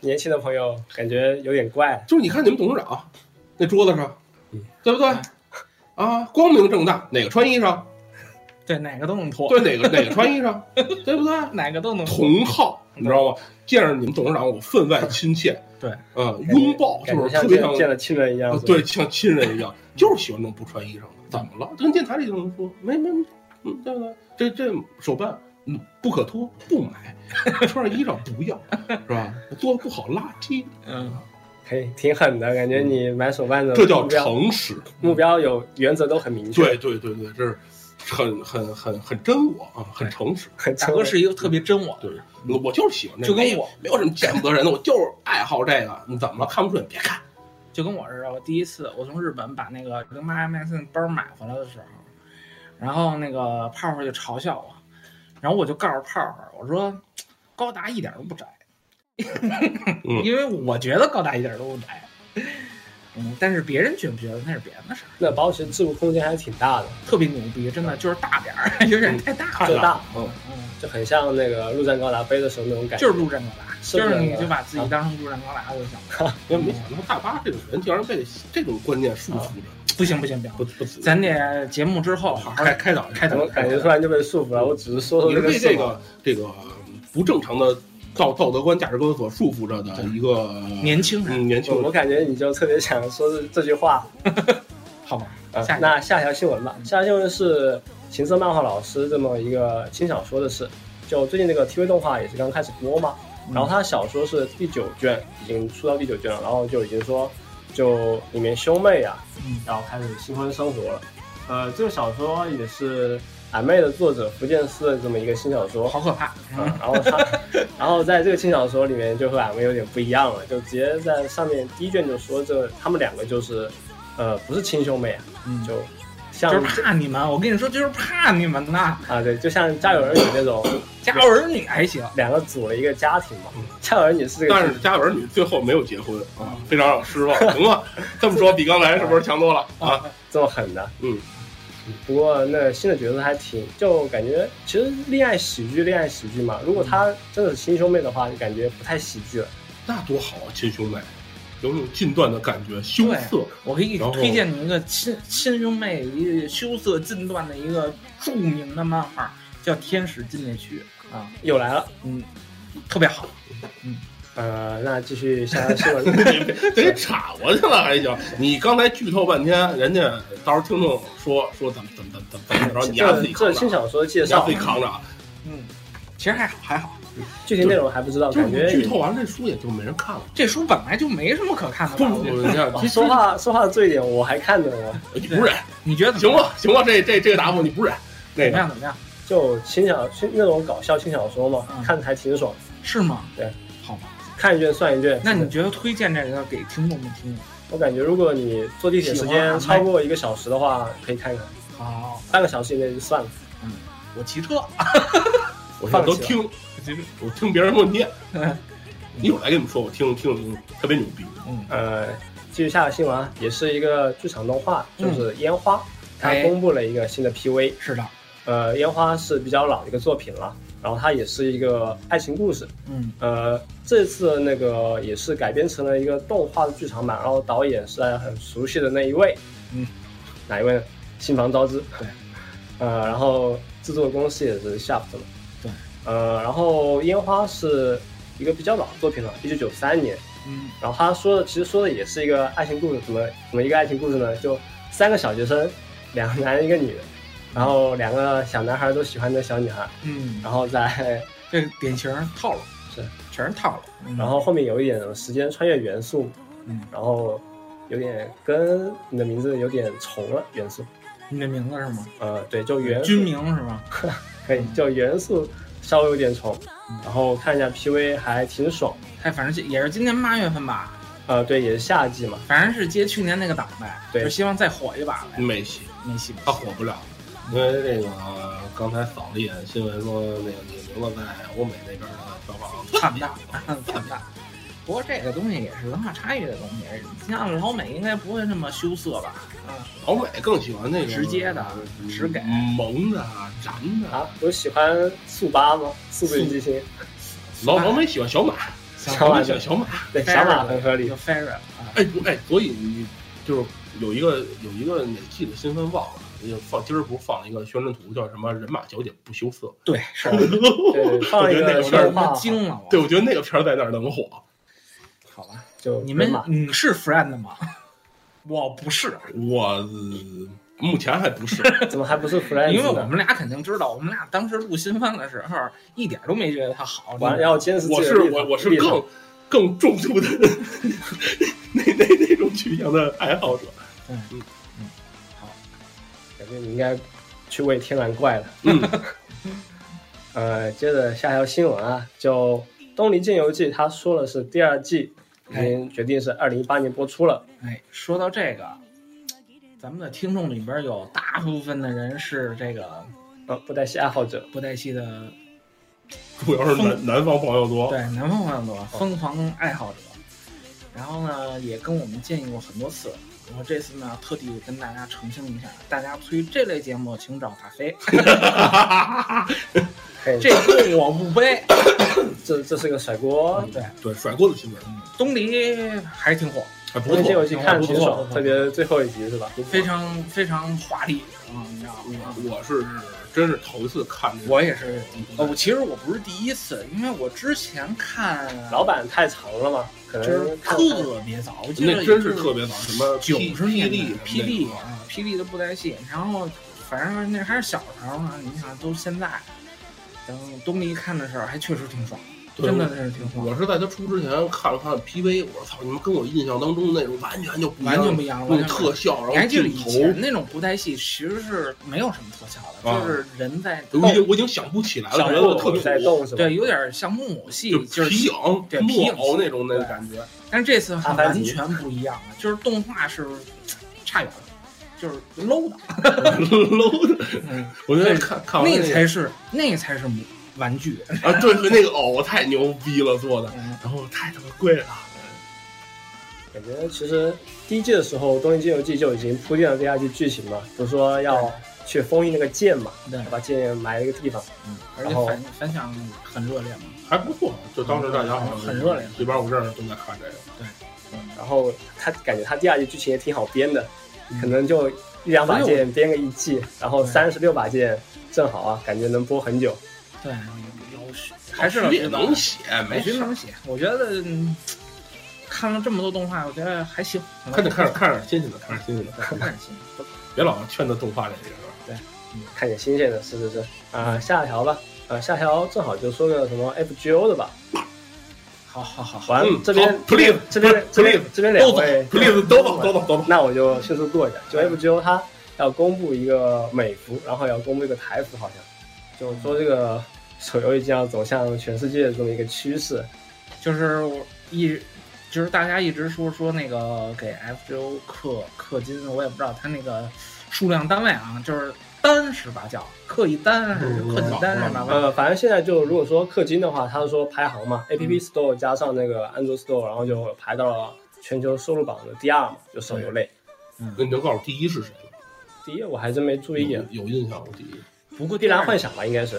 [SPEAKER 3] 年轻的朋友感觉有点怪，
[SPEAKER 2] 就是你看你们董事长那桌子上
[SPEAKER 3] 嗯，
[SPEAKER 2] 对不对？啊，光明正大，哪个穿衣裳？
[SPEAKER 1] 对哪个都能脱，
[SPEAKER 2] 对，哪个哪个穿衣裳？对不 对？
[SPEAKER 1] 哪个都能脱，
[SPEAKER 2] 同好，你知道吗？见着你们董事长，我分外亲切。
[SPEAKER 1] 对，
[SPEAKER 2] 嗯，
[SPEAKER 3] 感觉
[SPEAKER 2] 拥抱
[SPEAKER 3] 感
[SPEAKER 2] 就
[SPEAKER 3] 觉
[SPEAKER 2] 是特
[SPEAKER 3] 像
[SPEAKER 2] 别
[SPEAKER 3] 见
[SPEAKER 2] 像，
[SPEAKER 3] 见了亲人一样
[SPEAKER 2] 啊。对，像亲人一样，就是喜欢那种不穿衣裳的。怎么了？跟电台里就能说，没没，嗯，对不对？这这手办，嗯，不可脱，不买，穿上衣裳不要，是吧？做不好垃圾，
[SPEAKER 1] 嗯，
[SPEAKER 3] 可以挺狠的，感觉你买手办的
[SPEAKER 2] 嗯这叫
[SPEAKER 3] 目标
[SPEAKER 2] 诚实。
[SPEAKER 3] 目标有原则都很明确。
[SPEAKER 2] 对对对对，这是很很很很真我啊，很诚实。
[SPEAKER 3] 很
[SPEAKER 1] 大
[SPEAKER 3] 诚
[SPEAKER 1] 哥
[SPEAKER 3] 实。
[SPEAKER 1] 是一个特别真我，
[SPEAKER 2] 对，我就是喜欢这个，
[SPEAKER 1] 就跟
[SPEAKER 2] 没有
[SPEAKER 1] 我
[SPEAKER 2] 没有什么见不得人的，我就是爱好这个。你怎么了？看不顺眼别看。
[SPEAKER 1] 就跟我似的，我第一次我从日本把那个零八 MSN 包买回来的时候，然后那个泡泡就嘲笑我，然后我就告诉泡泡，我说高达一点都不宅，
[SPEAKER 2] 嗯
[SPEAKER 1] 因为我觉得高达一点都不宅，嗯，但是别人觉不觉得那是别人的事儿，
[SPEAKER 3] 那保持置物空间还是挺大的，
[SPEAKER 1] 特别牛逼，真的就是大点儿，有点太大
[SPEAKER 2] 看
[SPEAKER 3] 就
[SPEAKER 1] 了，
[SPEAKER 2] 了
[SPEAKER 3] 大，
[SPEAKER 2] 嗯，
[SPEAKER 1] 嗯，
[SPEAKER 3] 就很像那个陆战高达杯的时候那种感觉。
[SPEAKER 1] 就是陆战高达，
[SPEAKER 3] 是
[SPEAKER 1] 就是
[SPEAKER 3] 的
[SPEAKER 1] 你就把自
[SPEAKER 2] 嗯
[SPEAKER 1] 己当成路人高达就行了。
[SPEAKER 2] 因为没想到大巴这种人竟然被这种观念束缚着，
[SPEAKER 1] 不行不行不行，
[SPEAKER 2] 不不止，
[SPEAKER 1] 咱得节目之后好好
[SPEAKER 2] 开开导开
[SPEAKER 3] 怎
[SPEAKER 2] 导
[SPEAKER 3] 么，感觉突然就被束缚了？我只是说说
[SPEAKER 2] 你
[SPEAKER 3] 这
[SPEAKER 2] 是
[SPEAKER 3] 个
[SPEAKER 2] 被
[SPEAKER 3] 事
[SPEAKER 2] 这
[SPEAKER 3] 嘛。
[SPEAKER 2] 个这个不正常的道道德观、价值观所束缚着的一个
[SPEAKER 1] 年轻人，
[SPEAKER 2] 嗯年轻
[SPEAKER 3] 我我
[SPEAKER 2] 人。
[SPEAKER 3] 感觉你就特别想说这这句话，
[SPEAKER 1] 好吧？
[SPEAKER 3] 呃
[SPEAKER 1] 下一个嗯
[SPEAKER 3] 那下一条新闻吧，下一条新闻是情色漫画老师这么一个轻小说的事。就最近这个 TV 动画也是刚开始播嘛，
[SPEAKER 1] 嗯
[SPEAKER 3] 然后他小说是第九卷，已经出到第九卷了，然后就已经说，就里面兄妹啊，
[SPEAKER 1] 嗯
[SPEAKER 3] 然后开始新婚生活了。呃，这个小说也是俺妹的作者福建司的这么一个新小 说，
[SPEAKER 1] 好可怕。
[SPEAKER 3] 嗯，然后他，然后在这个轻小说里面就和俺们有点不一样了，就直接在上面第一卷就说这他们两个就是，呃，不是亲兄妹啊，
[SPEAKER 1] 嗯
[SPEAKER 3] 就像
[SPEAKER 1] 就是怕你们，我跟你说，就是怕你们呐！
[SPEAKER 3] 啊，对，就像《家有儿女》那种，
[SPEAKER 1] 家有儿女还行，
[SPEAKER 3] 两个组了一个家庭嘛
[SPEAKER 2] 嗯，
[SPEAKER 3] 《家有儿女》是这个，
[SPEAKER 2] 但是家有儿女最后没有结婚啊，非常让我失望。行了，这么说比刚才是不是强多了 啊？
[SPEAKER 3] 这么狠的，
[SPEAKER 2] 嗯。
[SPEAKER 3] 不过那新的角色还挺，就感觉其实恋爱喜剧，恋爱喜剧嘛，如果他
[SPEAKER 2] 嗯
[SPEAKER 3] 真的是亲兄妹的话，就感觉不太喜剧了。
[SPEAKER 2] 那多好啊，亲兄妹，有种近段的感觉，羞涩。
[SPEAKER 1] 我可以
[SPEAKER 2] 然后
[SPEAKER 1] 推荐你一个亲亲兄妹一个羞涩近段的一个著名的漫画，叫《天使禁猎区》啊，
[SPEAKER 3] 又来了，
[SPEAKER 1] 嗯，特别好。
[SPEAKER 3] 呃，那继续下条 新闻。
[SPEAKER 2] 得插过去了还行。你刚才剧透半天，人家到时候听众说说怎么怎么怎么怎么怎么着，你丫自己
[SPEAKER 3] 这
[SPEAKER 2] 扛
[SPEAKER 3] 这轻
[SPEAKER 2] 着，
[SPEAKER 3] 小说的介
[SPEAKER 2] 你丫
[SPEAKER 3] 绍
[SPEAKER 2] 自己，扛着啊。
[SPEAKER 1] 嗯，其实还好还好，
[SPEAKER 3] 具体内容还不知道，
[SPEAKER 2] 就
[SPEAKER 3] 感
[SPEAKER 2] 是剧
[SPEAKER 3] 觉
[SPEAKER 2] 透完这书也就没人看了。
[SPEAKER 1] 这书本来就没什么可看的
[SPEAKER 2] 不
[SPEAKER 1] 吧？
[SPEAKER 2] 不
[SPEAKER 1] 我觉
[SPEAKER 2] 不，
[SPEAKER 1] 得
[SPEAKER 2] 你 看，
[SPEAKER 3] 你说话说话的这一点我还看着呢。
[SPEAKER 2] 你 不忍，
[SPEAKER 1] 你觉得怎
[SPEAKER 2] 行
[SPEAKER 1] 么样
[SPEAKER 2] 了行了，这这这个答复你不忍。那
[SPEAKER 1] 怎么
[SPEAKER 2] 个
[SPEAKER 1] 样怎么样？
[SPEAKER 3] 就轻小轻那种搞笑轻小说嘛，
[SPEAKER 1] 嗯
[SPEAKER 3] 看着还挺爽，
[SPEAKER 1] 是吗？
[SPEAKER 3] 对，
[SPEAKER 1] 好吧。
[SPEAKER 3] 看一卷算一卷。
[SPEAKER 1] 那 你觉得推荐这个给听众们听吗？
[SPEAKER 3] 我感觉如果你坐地铁时间超过一个小时的话，可以看看，
[SPEAKER 1] 好，
[SPEAKER 3] 半个小时以内就算了。
[SPEAKER 1] 我骑车。
[SPEAKER 2] 我现在都
[SPEAKER 3] 放弃
[SPEAKER 2] 听，我听别人给我念
[SPEAKER 1] 嗯。
[SPEAKER 2] 一会儿来跟你们说，我听听听，特别牛逼。
[SPEAKER 1] 嗯，
[SPEAKER 3] 呃，继续下个新闻啊，也是一个剧场动画，就是《烟花》，它
[SPEAKER 1] 哎
[SPEAKER 3] 公布了一个新的 PV。
[SPEAKER 1] 是的，
[SPEAKER 3] 呃，《烟花》是比较老的一个作品了，然后它也是一个爱情故事。
[SPEAKER 1] 嗯
[SPEAKER 3] 呃，这次那个也是改编成了一个动画的剧场版，然后导演是大家很熟悉的那一位，
[SPEAKER 1] 嗯，
[SPEAKER 3] 哪一位呢？新房昭之。
[SPEAKER 1] 对，
[SPEAKER 3] 呃，然后制作公司也是 Shaft 嘛。
[SPEAKER 1] 对，
[SPEAKER 3] 呃，然后烟花是一个比较老的作品了，一九九三年。
[SPEAKER 1] 嗯，
[SPEAKER 3] 然后他说的其实说的也是一个爱情故事，怎么怎么一个爱情故事呢？就三个小学生，两个男一个女的，然后两个小男孩都喜欢那小女孩，
[SPEAKER 1] 嗯，
[SPEAKER 3] 然后在
[SPEAKER 1] 这个典型套路
[SPEAKER 3] 是
[SPEAKER 1] 全是套路。嗯
[SPEAKER 3] 然后后面有一点时间穿越元素，
[SPEAKER 1] 嗯，
[SPEAKER 3] 然后有点跟你的名字有点重了元素，
[SPEAKER 1] 你的名字是吗？
[SPEAKER 3] 呃，对，就元素
[SPEAKER 1] 军名是吗？
[SPEAKER 3] 可以，就元素稍微有点重，
[SPEAKER 2] 嗯
[SPEAKER 3] 然后看一下 PV 还挺爽，
[SPEAKER 1] 哎，反正是也是今年八月份吧，
[SPEAKER 3] 呃，对，也是夏季嘛，
[SPEAKER 1] 反正是接去年那个档呗，
[SPEAKER 3] 对啊
[SPEAKER 1] 就希望再火一把呗。
[SPEAKER 2] 没戏，
[SPEAKER 1] 没戏，
[SPEAKER 2] 他火不了，因为这个刚才扫了一眼新闻说，那个你名字在欧美那边的票房
[SPEAKER 1] 看不到，看不到。不过这个东西也是文化差异的东西，你像老美应该不会那么羞涩吧？
[SPEAKER 3] 啊
[SPEAKER 1] 嗯，
[SPEAKER 2] 老美更喜欢那个
[SPEAKER 1] 直接的
[SPEAKER 2] 嗯
[SPEAKER 1] 直给
[SPEAKER 2] 萌的、燃的。
[SPEAKER 3] 啊，不是喜欢速八吗？速度与激情，
[SPEAKER 2] 老老美喜欢小马，
[SPEAKER 3] 小
[SPEAKER 2] 老
[SPEAKER 3] 马
[SPEAKER 2] 美喜欢小马。
[SPEAKER 3] 对，小马很合理
[SPEAKER 1] 就，favorite 啊，
[SPEAKER 2] 哎不哎，所以你就是有一个有一个哪季的新闻忘了，就放今儿不是放了一个宣传图，叫什么“人马小姐不羞涩
[SPEAKER 1] 对，是”。
[SPEAKER 3] 对，放了一
[SPEAKER 2] 我觉得那
[SPEAKER 3] 个
[SPEAKER 2] 个片
[SPEAKER 3] 宣传
[SPEAKER 2] 儿
[SPEAKER 3] 画，
[SPEAKER 1] 惊了我。
[SPEAKER 2] 对，我觉得那个片儿在那儿能火。
[SPEAKER 1] 好吧，
[SPEAKER 3] 就
[SPEAKER 1] 你们
[SPEAKER 3] 马
[SPEAKER 1] 你是 friend 吗？ 我不是，
[SPEAKER 2] 我呃目前 还不是，
[SPEAKER 3] 怎么还不是 Friends？
[SPEAKER 1] 因为
[SPEAKER 3] 呢
[SPEAKER 1] 我们俩肯定知道，我们俩当时录新番的时候一点都没觉得他好。
[SPEAKER 3] 完了要坚持自己
[SPEAKER 2] 我
[SPEAKER 3] 的
[SPEAKER 2] 是
[SPEAKER 3] 立场
[SPEAKER 2] 我我是
[SPEAKER 3] 立场
[SPEAKER 2] 更更重度的那那那种取向的爱 好者。
[SPEAKER 3] 感觉你应该去喂天然怪了。
[SPEAKER 2] 嗯，
[SPEAKER 3] 呃，接着下条新闻啊，就《东离剑游记》，他说的是第二季已经决定是二零一八年播出了。
[SPEAKER 1] 哎，说到这个，咱们的听众里边有大部分的人是这个
[SPEAKER 3] 呃，布袋戏爱好者，
[SPEAKER 1] 不带戏的，
[SPEAKER 2] 主要是南南方朋友多。
[SPEAKER 1] 对南方朋友多疯狂爱好者。然后呢，也跟我们建议过很多次。我这次呢，特地跟大家澄清一下，大家推这类节目，请找大飞，
[SPEAKER 3] 嘿
[SPEAKER 1] 这锅我不背。嗯
[SPEAKER 3] 这这是个甩锅，
[SPEAKER 2] 对对，甩锅的新闻，嗯
[SPEAKER 1] 东离还挺火，
[SPEAKER 2] 还不
[SPEAKER 3] 我
[SPEAKER 2] 错
[SPEAKER 3] 那天，游戏看的
[SPEAKER 2] 不
[SPEAKER 3] 挺
[SPEAKER 2] 错，
[SPEAKER 3] 爽，特别是最后一集是吧？
[SPEAKER 1] 非常非常华丽，嗯，你知道吗？
[SPEAKER 2] 我我是真是头一次看这个，
[SPEAKER 1] 我也是
[SPEAKER 2] 嗯
[SPEAKER 1] 哦，其实我不是第一次，因为我之前看
[SPEAKER 3] 老版太长了嘛，可
[SPEAKER 1] 就是
[SPEAKER 3] 能看
[SPEAKER 1] 特别早，我记得
[SPEAKER 2] 那真是特别早，什么
[SPEAKER 1] 九十年代
[SPEAKER 2] 霹
[SPEAKER 1] 霹雳
[SPEAKER 2] 雳
[SPEAKER 1] 啊，霹雳的布袋戏，然后反正那还是小时候呢，你想都现在，等东离看的时候还确实挺爽，
[SPEAKER 2] 对
[SPEAKER 1] 真的是挺爽，
[SPEAKER 2] 我是在他出之前看了看 PV，我说操，你们跟我印象当中那种完全就不一
[SPEAKER 1] 完
[SPEAKER 2] 样
[SPEAKER 1] 全不一样了，
[SPEAKER 2] 那
[SPEAKER 1] 完
[SPEAKER 2] 种
[SPEAKER 1] 全不一样
[SPEAKER 2] 特效，
[SPEAKER 1] 你
[SPEAKER 2] 然
[SPEAKER 1] 还
[SPEAKER 2] 后
[SPEAKER 1] 记得
[SPEAKER 2] 镜
[SPEAKER 1] 以
[SPEAKER 2] 头，
[SPEAKER 1] 前那种布袋戏其实是没有什么特效的，
[SPEAKER 2] 啊
[SPEAKER 1] 就是人在
[SPEAKER 2] 我
[SPEAKER 1] 动
[SPEAKER 2] 已，经我已经想不起来了，
[SPEAKER 3] 小
[SPEAKER 2] 觉
[SPEAKER 3] 人
[SPEAKER 2] 得
[SPEAKER 3] 物
[SPEAKER 2] 特别
[SPEAKER 3] 在
[SPEAKER 2] 土
[SPEAKER 3] 动是吧？
[SPEAKER 1] 对，有点像木偶戏
[SPEAKER 2] 就，
[SPEAKER 1] 就是
[SPEAKER 2] 皮影、
[SPEAKER 1] 对皮
[SPEAKER 2] 木
[SPEAKER 1] 影
[SPEAKER 2] 偶那种那
[SPEAKER 1] 对
[SPEAKER 2] 感觉，
[SPEAKER 1] 但是这次
[SPEAKER 3] 阿
[SPEAKER 1] 很
[SPEAKER 3] 凡
[SPEAKER 1] 完
[SPEAKER 3] 提
[SPEAKER 1] 全不一样了， 就是动画是差远了，就是 low 的，
[SPEAKER 2] low 的。
[SPEAKER 3] 嗯
[SPEAKER 2] 我觉得看看完
[SPEAKER 1] 那
[SPEAKER 2] 那
[SPEAKER 1] 才是那才是玩具。
[SPEAKER 3] 嗯
[SPEAKER 2] 个啊，对，那个偶太牛逼了做的，
[SPEAKER 1] 嗯
[SPEAKER 2] 然后太他妈贵了。
[SPEAKER 3] 感觉其实第一季的时候，《东京西游记》就已经铺垫了第二季剧情嘛，比如说要去封印那个剑嘛，
[SPEAKER 1] 对，
[SPEAKER 3] 把剑埋了一个地方。
[SPEAKER 1] 而且
[SPEAKER 3] 然后
[SPEAKER 1] 反反响很热烈嘛。
[SPEAKER 2] 还不错，就当时大家好像
[SPEAKER 1] 很热烈
[SPEAKER 2] 一边五十人都在看这个。
[SPEAKER 3] 然后他感觉他第二季剧情也挺好编的，
[SPEAKER 1] 嗯
[SPEAKER 3] 可能就一两把
[SPEAKER 1] 反正我
[SPEAKER 3] 剑编个一季，然后
[SPEAKER 1] 对
[SPEAKER 3] 三十六把剑正好啊，感觉能播很久。
[SPEAKER 1] 对，有还是
[SPEAKER 2] 老
[SPEAKER 1] 老
[SPEAKER 2] 哦徐
[SPEAKER 1] 徐
[SPEAKER 2] 也能写，没
[SPEAKER 1] 没
[SPEAKER 2] 事
[SPEAKER 1] 徐。能写。我觉得嗯看了这么多动画，我觉得还行。
[SPEAKER 2] 看着 看着看着新鲜的，看着新鲜的，
[SPEAKER 1] 看点行。
[SPEAKER 2] 别老劝他动画这些事儿。
[SPEAKER 3] 看点新鲜的，是是是。
[SPEAKER 2] 嗯
[SPEAKER 3] 啊、下一条吧，啊、下一条正好就说个什么 FGO 的吧。
[SPEAKER 1] 好好好好，
[SPEAKER 3] 完了
[SPEAKER 2] 嗯
[SPEAKER 3] 这边
[SPEAKER 2] 好 please，
[SPEAKER 3] 这边这
[SPEAKER 2] please，
[SPEAKER 3] 边这边
[SPEAKER 2] 都
[SPEAKER 3] 两
[SPEAKER 2] 走
[SPEAKER 3] 位
[SPEAKER 2] ，please 都走，嗯都走，都走。
[SPEAKER 3] 那我就迅速过一下。就 FGO 它要公布一个美服，然后要公布一个台服，好像就是说这个手游已经要走向全世界的这么一个趋势。
[SPEAKER 1] 就是我一。就是大家一直说说那个给 FGO 氪氪金，我也不知道他那个数量单位啊，就是单是吧？叫氪一单是
[SPEAKER 2] 嗯
[SPEAKER 1] 氪几单是吧？
[SPEAKER 3] 呃，反正现在就如果说氪金的话，它是说排行
[SPEAKER 1] 嗯
[SPEAKER 3] 嘛，App Store 加上那个安卓 Store，然后就排到了全球收入榜的第二嘛，就手游类。
[SPEAKER 2] 那你就告诉我第一是谁了？
[SPEAKER 3] 第一我还真没注意，
[SPEAKER 2] 有
[SPEAKER 1] 嗯
[SPEAKER 3] 《
[SPEAKER 2] 有印象，我第一。
[SPEAKER 1] 不过
[SPEAKER 3] 碧蓝幻
[SPEAKER 1] 会，哎
[SPEAKER 3] 想》啊吧，应该是，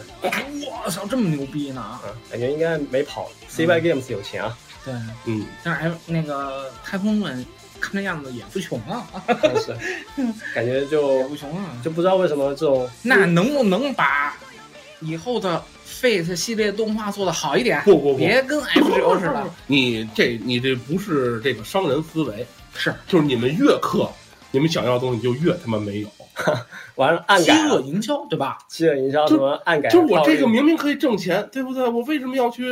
[SPEAKER 1] 我操，这么牛逼呢？
[SPEAKER 3] 嗯，感觉应该没跑。CY
[SPEAKER 1] 嗯
[SPEAKER 3] Games 有钱啊，
[SPEAKER 1] 对，
[SPEAKER 2] 嗯，
[SPEAKER 1] 但是哎，那个太空们看这样子也不穷啊，
[SPEAKER 3] 但是感觉
[SPEAKER 1] 也
[SPEAKER 3] 就
[SPEAKER 1] 不穷啊。
[SPEAKER 3] 就不知道为什么这种
[SPEAKER 1] 嗯那能不能把以后的 Fate 系列动画做得好一点？
[SPEAKER 2] 不不不，
[SPEAKER 1] 别跟 FGO 似 的，
[SPEAKER 2] 你这你这不是这个商人思维，
[SPEAKER 1] 是
[SPEAKER 2] 就是你们越克，你们想要的东西就越他妈没有。
[SPEAKER 3] 完了暗
[SPEAKER 1] 饥
[SPEAKER 3] 改啊
[SPEAKER 1] 饿营销，对吧？
[SPEAKER 3] 饥饿营销
[SPEAKER 2] 就
[SPEAKER 3] 什么暗改，
[SPEAKER 2] 就是我这个明明可以挣钱，对不对？我为什么要去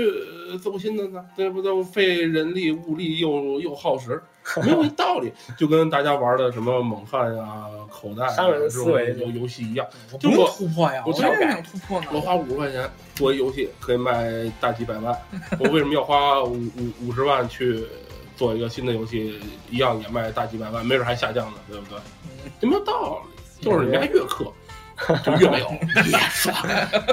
[SPEAKER 2] 呃走心的呢？对不对？我费人力物力又又耗时，没有道理。就跟大家玩的什么猛汉啊、口袋、啊、
[SPEAKER 3] 商人思维
[SPEAKER 2] 这种游游戏一样，
[SPEAKER 1] 我
[SPEAKER 2] 就
[SPEAKER 1] 不
[SPEAKER 2] 我
[SPEAKER 1] 用突破呀，
[SPEAKER 2] 我
[SPEAKER 1] 我
[SPEAKER 2] 就
[SPEAKER 1] 当然想突破呢。
[SPEAKER 2] 我花五十块钱做一游戏可以卖大几百万，我为什么要花五五五十万去做一个新的游戏，一样也卖大几百万，没准还下降呢，对不对？就没有道理，就是你们还越氪，就越 没有，越爽。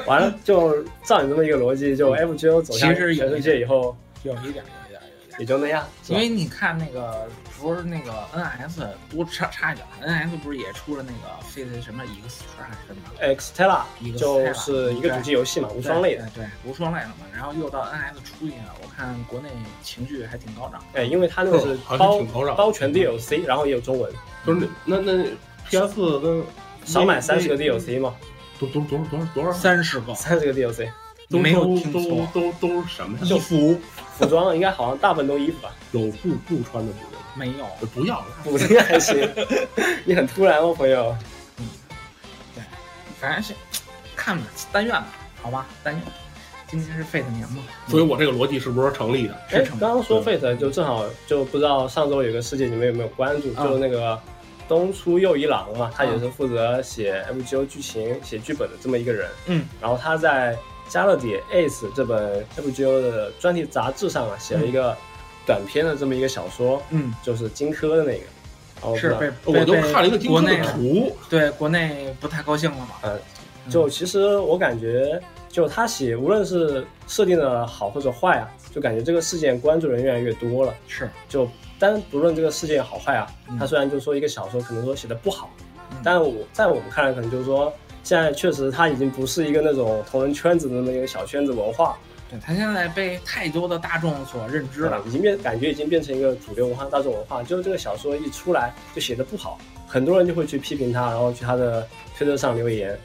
[SPEAKER 3] 完了就照你这么一个逻辑，就 FGO 走
[SPEAKER 1] 嗯
[SPEAKER 3] 向
[SPEAKER 1] 其实有
[SPEAKER 3] 全世界以后
[SPEAKER 1] 有一点，有一点，有一点。
[SPEAKER 3] 也就那样，是
[SPEAKER 1] 因
[SPEAKER 3] 吧
[SPEAKER 1] 为你看那个，不是那个 NS 多插插一脚，NS 不是也出了那个 Fate 什么 X 还是什么
[SPEAKER 3] Xtella
[SPEAKER 1] 一个
[SPEAKER 3] 就是一个主机游戏嘛，无双类的。
[SPEAKER 1] 的，对，无双类的嘛。然后又到 NS 出去了，我看国内情绪还挺高涨。
[SPEAKER 3] 哎，因为它那个是
[SPEAKER 2] 哦好像
[SPEAKER 3] 包
[SPEAKER 2] 挺高尚，
[SPEAKER 3] 包全 DLC，然后也有中文，
[SPEAKER 2] 就是那那那 PS 跟
[SPEAKER 3] 少买三十个
[SPEAKER 2] 那
[SPEAKER 3] DLC 嘛，
[SPEAKER 2] 多多多少多少多少
[SPEAKER 1] 三十个，
[SPEAKER 3] 三十个 DLC，
[SPEAKER 2] 都
[SPEAKER 1] 没有
[SPEAKER 2] 都
[SPEAKER 1] 听
[SPEAKER 2] 都
[SPEAKER 1] 错
[SPEAKER 2] 都都是什么呀？
[SPEAKER 1] 衣服
[SPEAKER 3] 服装应该好像大部分都衣服吧，
[SPEAKER 2] 有不不穿的不
[SPEAKER 1] 没有。
[SPEAKER 2] 有，不要了。
[SPEAKER 3] 补丁还 行。你很突然哦，朋友，
[SPEAKER 1] 反正是看吧，但愿吧，好吧，但愿。今年是 Fate 年嘛，
[SPEAKER 2] 所以我这个逻辑是不是成立的？
[SPEAKER 1] 是
[SPEAKER 3] 哎，
[SPEAKER 1] 成
[SPEAKER 3] 刚刚说 Fate 就正好就不知道上周有个事件你们有没有关注，
[SPEAKER 1] 嗯
[SPEAKER 3] 就是那个东出右一郎嘛，他
[SPEAKER 1] 嗯
[SPEAKER 3] 也是负责写 FGO 剧情、写剧本的这么一个人。
[SPEAKER 1] 嗯，
[SPEAKER 3] 然后他在加勒比 Ace 这本 FGO 的专题杂志上啊，写了一个短篇的这么一个小说，
[SPEAKER 1] 嗯，
[SPEAKER 3] 就是荆轲的那个。然后
[SPEAKER 1] 是
[SPEAKER 3] 不知
[SPEAKER 1] 被
[SPEAKER 3] 道
[SPEAKER 2] 我就
[SPEAKER 1] 被
[SPEAKER 2] 看了一个京
[SPEAKER 1] 国
[SPEAKER 2] 东
[SPEAKER 1] 内
[SPEAKER 2] 的图，
[SPEAKER 1] 对国内不太高兴了嘛，
[SPEAKER 3] 就其实我感觉，就他写无论是设定的好或者坏啊，就感觉这个事件关注人越来越多了。
[SPEAKER 1] 是
[SPEAKER 3] 就单不论这个事件好坏啊，
[SPEAKER 1] 嗯
[SPEAKER 3] 它虽然就说一个小说可能说写的不好，
[SPEAKER 1] 嗯
[SPEAKER 3] 但我在我们看来，可能就是说现在确实它已经不是一个那种同人圈子的那么一个小圈子文化，
[SPEAKER 1] 对他现在被太多的大众所认知了。
[SPEAKER 3] 已经变感觉已经变成一个主流文化、大众文化。就是这个小说一出来就写的不好，很多人就会去批评他，然后去他的推特上留言。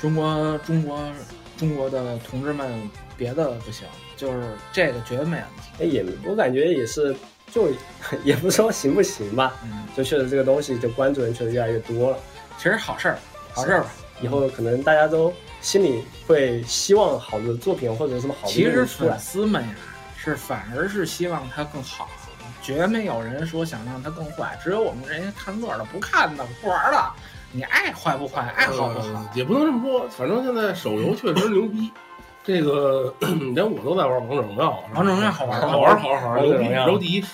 [SPEAKER 1] 中国中国中国的同志们，别的不行，就是这个绝对没问题。
[SPEAKER 3] 哎，也我感觉也是，就 也不说行不行吧，
[SPEAKER 1] 嗯，
[SPEAKER 3] 就确实这个东西就关注人确实越来越多了。
[SPEAKER 1] 其实好事儿，好事儿吧。
[SPEAKER 3] 以后可能大家都心里会希望好的作品或者有什么好的
[SPEAKER 1] 其
[SPEAKER 3] 东
[SPEAKER 1] 实
[SPEAKER 3] 西出
[SPEAKER 1] 粉
[SPEAKER 3] 来。
[SPEAKER 1] 丝们呀，是反而是希望他更好，绝没有人说想让他更坏，只有我们这些看乐的不看的不玩了，你爱坏不坏，爱好不好
[SPEAKER 3] 嗯
[SPEAKER 2] 呃，也不能这么说，反正现在手游确实牛逼。这个 连我都在玩王者荣耀，
[SPEAKER 1] 王者荣耀好玩吗
[SPEAKER 2] 好玩，好玩，好玩，
[SPEAKER 3] 王
[SPEAKER 2] 牛
[SPEAKER 3] 者荣
[SPEAKER 2] 逼，
[SPEAKER 3] 耀
[SPEAKER 2] 柔第一。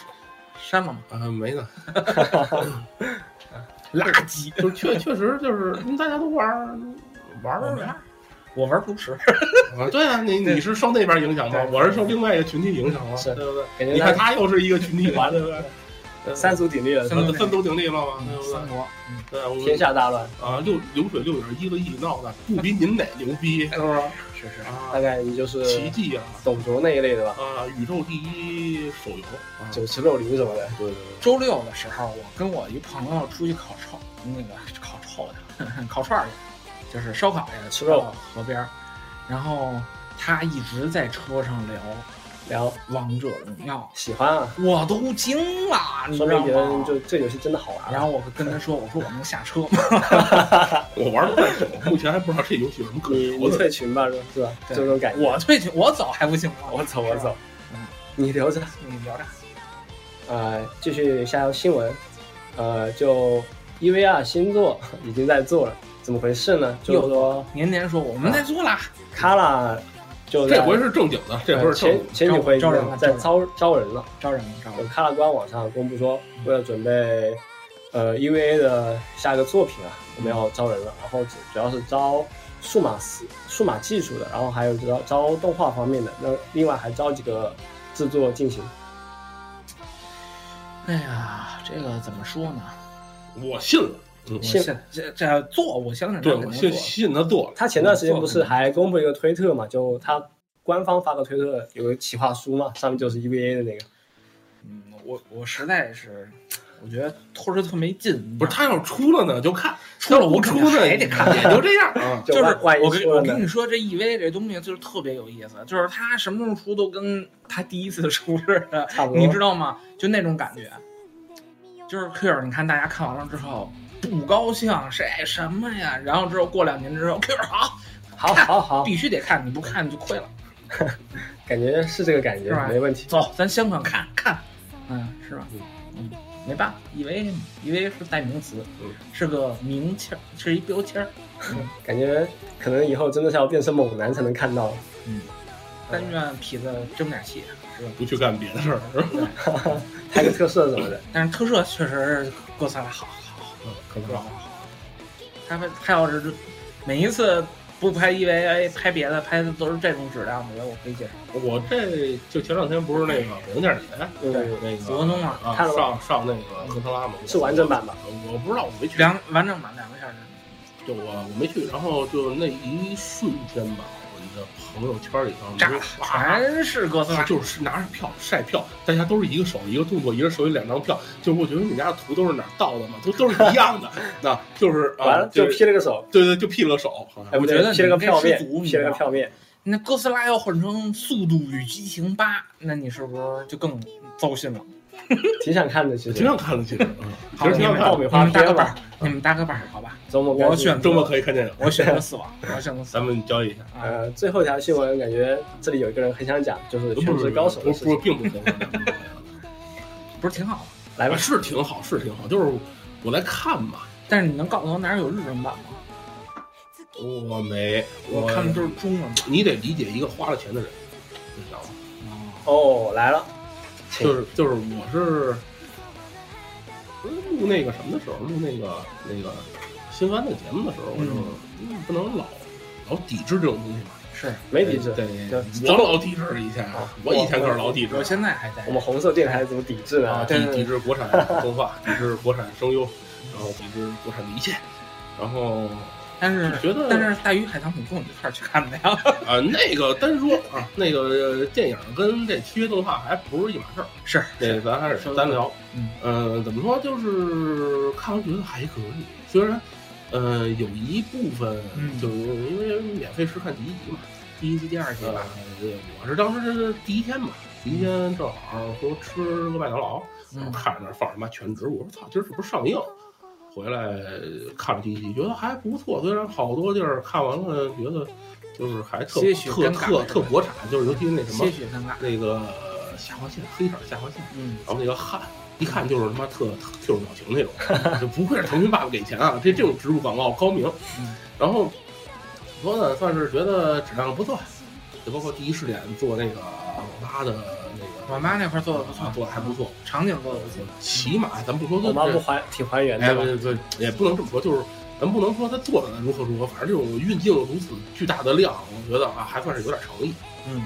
[SPEAKER 1] 删了吗？
[SPEAKER 2] 啊，没呢，
[SPEAKER 1] 垃圾，
[SPEAKER 2] 就是确确实就是嗯大家都玩儿玩儿玩儿。
[SPEAKER 1] 我玩不吃，
[SPEAKER 2] 啊，对啊，你
[SPEAKER 1] 对
[SPEAKER 2] 你是受那边影响吗？
[SPEAKER 1] 对
[SPEAKER 2] 我是受另外一个群体影响吗？
[SPEAKER 3] 是
[SPEAKER 2] 对不对？
[SPEAKER 3] 感
[SPEAKER 2] 你
[SPEAKER 3] 觉
[SPEAKER 2] 看
[SPEAKER 3] 大家
[SPEAKER 2] 他又是一个群体嘛，对不对？对
[SPEAKER 3] 三足鼎立了，
[SPEAKER 1] 三足
[SPEAKER 2] 三三足鼎立了嘛，对不对
[SPEAKER 1] 三？国，嗯，
[SPEAKER 2] 对，我
[SPEAKER 3] 天
[SPEAKER 2] 们
[SPEAKER 3] 下大乱，
[SPEAKER 2] 啊，六流水六点一个亿闹的，不比您哪牛逼，是不
[SPEAKER 3] 嗯
[SPEAKER 2] 是？
[SPEAKER 1] 是是，
[SPEAKER 2] 啊
[SPEAKER 3] 大，概也就是
[SPEAKER 2] 奇迹啊！
[SPEAKER 3] 董卓那一类的吧，
[SPEAKER 2] 啊，宇宙第一手游啊，
[SPEAKER 3] 九池六零什么的。
[SPEAKER 2] 对对
[SPEAKER 1] 周六的时候，我跟我一朋友出去烤臭，那个烤臭的，烤串儿去，就是烧烤去，
[SPEAKER 3] 吃肉
[SPEAKER 1] 到河边儿，然后他一直在车上聊
[SPEAKER 3] 然后
[SPEAKER 1] 王者荣耀，
[SPEAKER 3] 喜欢啊，
[SPEAKER 1] 我都惊了，你知
[SPEAKER 3] 说明
[SPEAKER 1] 道
[SPEAKER 3] 别人
[SPEAKER 1] 吗？
[SPEAKER 3] 就这游戏真的好玩。
[SPEAKER 1] 嗯然
[SPEAKER 3] 后
[SPEAKER 1] 后我跟他说，我说我能下车吗？
[SPEAKER 2] 对，我玩的太少，目前还不知道这游戏有什么可
[SPEAKER 3] 啊你
[SPEAKER 2] 聊
[SPEAKER 3] 你
[SPEAKER 2] 的。
[SPEAKER 3] 退群吧，是吧？就
[SPEAKER 1] 对
[SPEAKER 3] 这种感觉。
[SPEAKER 1] 我退群，我走还不行吗？
[SPEAKER 3] 我走我走
[SPEAKER 1] 嗯，
[SPEAKER 3] 你留着。
[SPEAKER 1] 你聊着，
[SPEAKER 3] 呃，继续下条新闻，呃，就 EVR 新作已经在做了，怎么回事呢？就是说
[SPEAKER 1] 年年说我们在做啦，
[SPEAKER 3] Kala 就在呃
[SPEAKER 2] 这回是正经的，这回是正
[SPEAKER 3] 前
[SPEAKER 2] 经的。
[SPEAKER 3] 前几回已
[SPEAKER 1] 招人
[SPEAKER 3] 经
[SPEAKER 1] 了嗯
[SPEAKER 3] 在
[SPEAKER 1] 招
[SPEAKER 3] 招招人了。
[SPEAKER 1] 招人了招人
[SPEAKER 3] 我
[SPEAKER 1] 了，
[SPEAKER 3] 看了官网上公布说，为了准备呃 EVA 的下一个作品啊，我们要招人了，然后主主要是招数码思数码技术的，然后还有招招动画方面的，那另外还招几个制作进行。
[SPEAKER 1] 哎呀，这个怎么说呢？
[SPEAKER 2] 我信了，嗯
[SPEAKER 1] 我现这这做，我相信
[SPEAKER 2] 对，
[SPEAKER 1] 他
[SPEAKER 2] 我
[SPEAKER 1] 肯
[SPEAKER 2] 信
[SPEAKER 1] 定做。
[SPEAKER 2] 信他做了。
[SPEAKER 3] 他前段时间不
[SPEAKER 1] 嗯
[SPEAKER 3] 是还公布一个推特嘛，就他官方发个推特，有个企划书嘛，上面就是 EVA 的那个。
[SPEAKER 1] 嗯，我我实在是，我觉得拖着特没劲。
[SPEAKER 2] 不是他要出了呢，就看；
[SPEAKER 1] 出了
[SPEAKER 2] 要不
[SPEAKER 1] 我
[SPEAKER 2] 出
[SPEAKER 1] 肯定
[SPEAKER 2] 呢，
[SPEAKER 1] 还
[SPEAKER 2] 也
[SPEAKER 1] 得看
[SPEAKER 2] 就这 样啊。
[SPEAKER 1] 就是
[SPEAKER 3] 万万一
[SPEAKER 1] 我跟
[SPEAKER 3] 说
[SPEAKER 1] 我
[SPEAKER 3] 了呢
[SPEAKER 1] 跟你说，这 EV 这东西就是特别有意思，就是它什么时候出都跟它第一次出似的，
[SPEAKER 3] 差不多。
[SPEAKER 1] 你知道吗？就那种感觉，就是 Q，你看大家看完了之后不高兴，谁什么呀？然后之后过两年之后，Q 好，
[SPEAKER 3] 好好好，
[SPEAKER 1] 必须得看，你不看就亏了。
[SPEAKER 3] 感觉是这个感觉
[SPEAKER 1] 是吧，
[SPEAKER 3] 没问题。
[SPEAKER 1] 走，咱香港看看，嗯，是吧？嗯，没办法，以为以为是代名词
[SPEAKER 2] 嗯，
[SPEAKER 1] 是个名气儿，是一标签儿。
[SPEAKER 3] 感觉可能以后真的是要变成猛男才能看到。
[SPEAKER 1] 嗯
[SPEAKER 3] 嗯
[SPEAKER 1] 但愿痞子争点气，是吧？
[SPEAKER 2] 不去干别的事儿，是吧？
[SPEAKER 3] 拍个特摄什么的，
[SPEAKER 1] 但是特摄确实哥斯拉好，好，
[SPEAKER 2] 可
[SPEAKER 1] 哥斯拉好。他们他要是每一次不拍 EVA，拍别的，拍的都是这种质量的，我可以接受。
[SPEAKER 2] 我这就前两天不是那个北京电视节
[SPEAKER 3] 嗯，
[SPEAKER 2] 那个
[SPEAKER 1] 左文东啊，
[SPEAKER 2] 啊
[SPEAKER 3] 看了
[SPEAKER 2] 上上那个哥斯拉嘛，
[SPEAKER 3] 是完整版吧？
[SPEAKER 2] 我不知道，我没去，
[SPEAKER 1] 两完整版两个小时，
[SPEAKER 2] 就我我没去，然后就那一瞬间吧，我一个朋友圈里头
[SPEAKER 1] 炸
[SPEAKER 2] 就
[SPEAKER 1] 了
[SPEAKER 2] 是，哇
[SPEAKER 1] 全是哥斯
[SPEAKER 2] 他
[SPEAKER 1] 拉。
[SPEAKER 2] 就是拿着票晒票，大家都是一个手一个动作，一人手里两张票，就是我觉得你们家的图都是哪儿盗的嘛，都都是一 样的，那就是
[SPEAKER 3] 完
[SPEAKER 2] 啊
[SPEAKER 3] 了，就
[SPEAKER 2] 对
[SPEAKER 3] 劈了个手，
[SPEAKER 2] 对对，就劈了手，好像
[SPEAKER 3] 哎，不对
[SPEAKER 1] 我觉得，你
[SPEAKER 3] 劈了个票面
[SPEAKER 1] 这是啊足，你
[SPEAKER 3] 劈
[SPEAKER 1] 知道
[SPEAKER 3] 了
[SPEAKER 1] 吗
[SPEAKER 3] 个票面，
[SPEAKER 1] 那哥斯拉要换成《速度与激情八》，那你是不是就更糟心了？
[SPEAKER 3] 挺想看的。其
[SPEAKER 2] 挺
[SPEAKER 3] 实
[SPEAKER 2] 想看的，其实， 嗯其
[SPEAKER 1] 好，
[SPEAKER 2] 实挺
[SPEAKER 1] 你
[SPEAKER 2] 想
[SPEAKER 1] 们
[SPEAKER 2] 看
[SPEAKER 3] 爆
[SPEAKER 2] 的，
[SPEAKER 3] 米
[SPEAKER 1] 你
[SPEAKER 3] 花
[SPEAKER 1] 们搭
[SPEAKER 3] 片
[SPEAKER 1] 个伴
[SPEAKER 3] 吧
[SPEAKER 1] 儿，，你们搭个伴儿，好吧？
[SPEAKER 3] 周末
[SPEAKER 1] 我
[SPEAKER 3] 赶紧
[SPEAKER 1] 选
[SPEAKER 2] 周末可以看电影，
[SPEAKER 1] 我选择死亡，我选择死
[SPEAKER 2] 咱
[SPEAKER 1] 亡。
[SPEAKER 2] 们交易一下。
[SPEAKER 1] 啊，
[SPEAKER 3] 呃，最后一条新闻，感觉这里有一个人很想讲，就是《全职高手》
[SPEAKER 2] 不
[SPEAKER 3] 的
[SPEAKER 2] 是
[SPEAKER 3] 事
[SPEAKER 2] 不是，
[SPEAKER 3] 情。
[SPEAKER 2] 并不同。
[SPEAKER 1] 不是挺好吗？
[SPEAKER 3] 来吧，
[SPEAKER 2] 哎是挺好，是挺好，就是我来看嘛，
[SPEAKER 1] 但是你能告诉我哪儿有日文版吗？
[SPEAKER 2] 我没
[SPEAKER 1] 我看的都是中文版。
[SPEAKER 2] 你得理解一个花了钱的人，你知道吗？
[SPEAKER 3] 哦，来了，请
[SPEAKER 2] 就是就是我是嗯录那个什么的时候，录那个那个新番的节目的时候，我就嗯不能老老抵制这种东西嘛，
[SPEAKER 1] 是
[SPEAKER 3] 没抵制，
[SPEAKER 2] 对，我老抵制一下
[SPEAKER 3] 啊，
[SPEAKER 2] 我以前可是老抵制
[SPEAKER 1] 我。现在还在
[SPEAKER 3] 我。们红色电台怎么抵制
[SPEAKER 2] 啊，
[SPEAKER 3] 呢？
[SPEAKER 2] 抵
[SPEAKER 1] 对对对
[SPEAKER 2] 抵制 国产动画，抵制国产声优，然后抵制国产的一切，然后
[SPEAKER 1] 但是
[SPEAKER 2] 我觉得
[SPEAKER 1] 但是大鱼海棠我跟我一块儿去看 的呀，
[SPEAKER 2] 啊，那个单说啊，那个电影跟这七月动画还不是一码事儿。
[SPEAKER 1] 是
[SPEAKER 2] 这咱还是单聊。
[SPEAKER 1] 嗯，
[SPEAKER 2] 呃，怎么说，就是看完觉得还可以，虽然，呃，有一部分
[SPEAKER 1] 嗯
[SPEAKER 2] 就是因为免费试看第一集嘛，
[SPEAKER 1] 第一集、第二集
[SPEAKER 2] 呃
[SPEAKER 1] 吧，，
[SPEAKER 2] 我是当时第一天嘛，第一天正好说吃个麦当劳，然后
[SPEAKER 1] 嗯
[SPEAKER 2] 看着那儿放什么全职，我说操，今儿是不是上映？回来看了第一集，觉得还不错，虽然好多地儿看完了觉得就是还特
[SPEAKER 1] 些许
[SPEAKER 2] 特
[SPEAKER 1] 尴尬
[SPEAKER 2] 特特国产，就是尤其那什么
[SPEAKER 1] 些许尴尬。
[SPEAKER 2] 那个下划线黑色下划线。
[SPEAKER 1] 嗯，
[SPEAKER 2] 然后那个汗，一看就是他妈特特技术表情那 种，就不愧是腾讯爸爸给钱啊，这这种植入广告高明
[SPEAKER 1] 嗯。
[SPEAKER 2] 然后怎么说呢，算是觉得质量不错，就包括第一试点做那个我妈的那
[SPEAKER 1] 我妈那块儿做的不
[SPEAKER 2] 个，啊
[SPEAKER 1] 错，
[SPEAKER 2] 做的还不错。
[SPEAKER 1] 场景做的不错。
[SPEAKER 2] 起码咱不说
[SPEAKER 3] 我妈
[SPEAKER 2] 它
[SPEAKER 3] 不还挺还原
[SPEAKER 2] 哎，
[SPEAKER 3] 的吧？
[SPEAKER 2] 对对，也不能这么说，就是咱不能说它做的如何如何，反正这种运镜如此巨大的量，我觉得啊还算是有点诚意。
[SPEAKER 1] 嗯，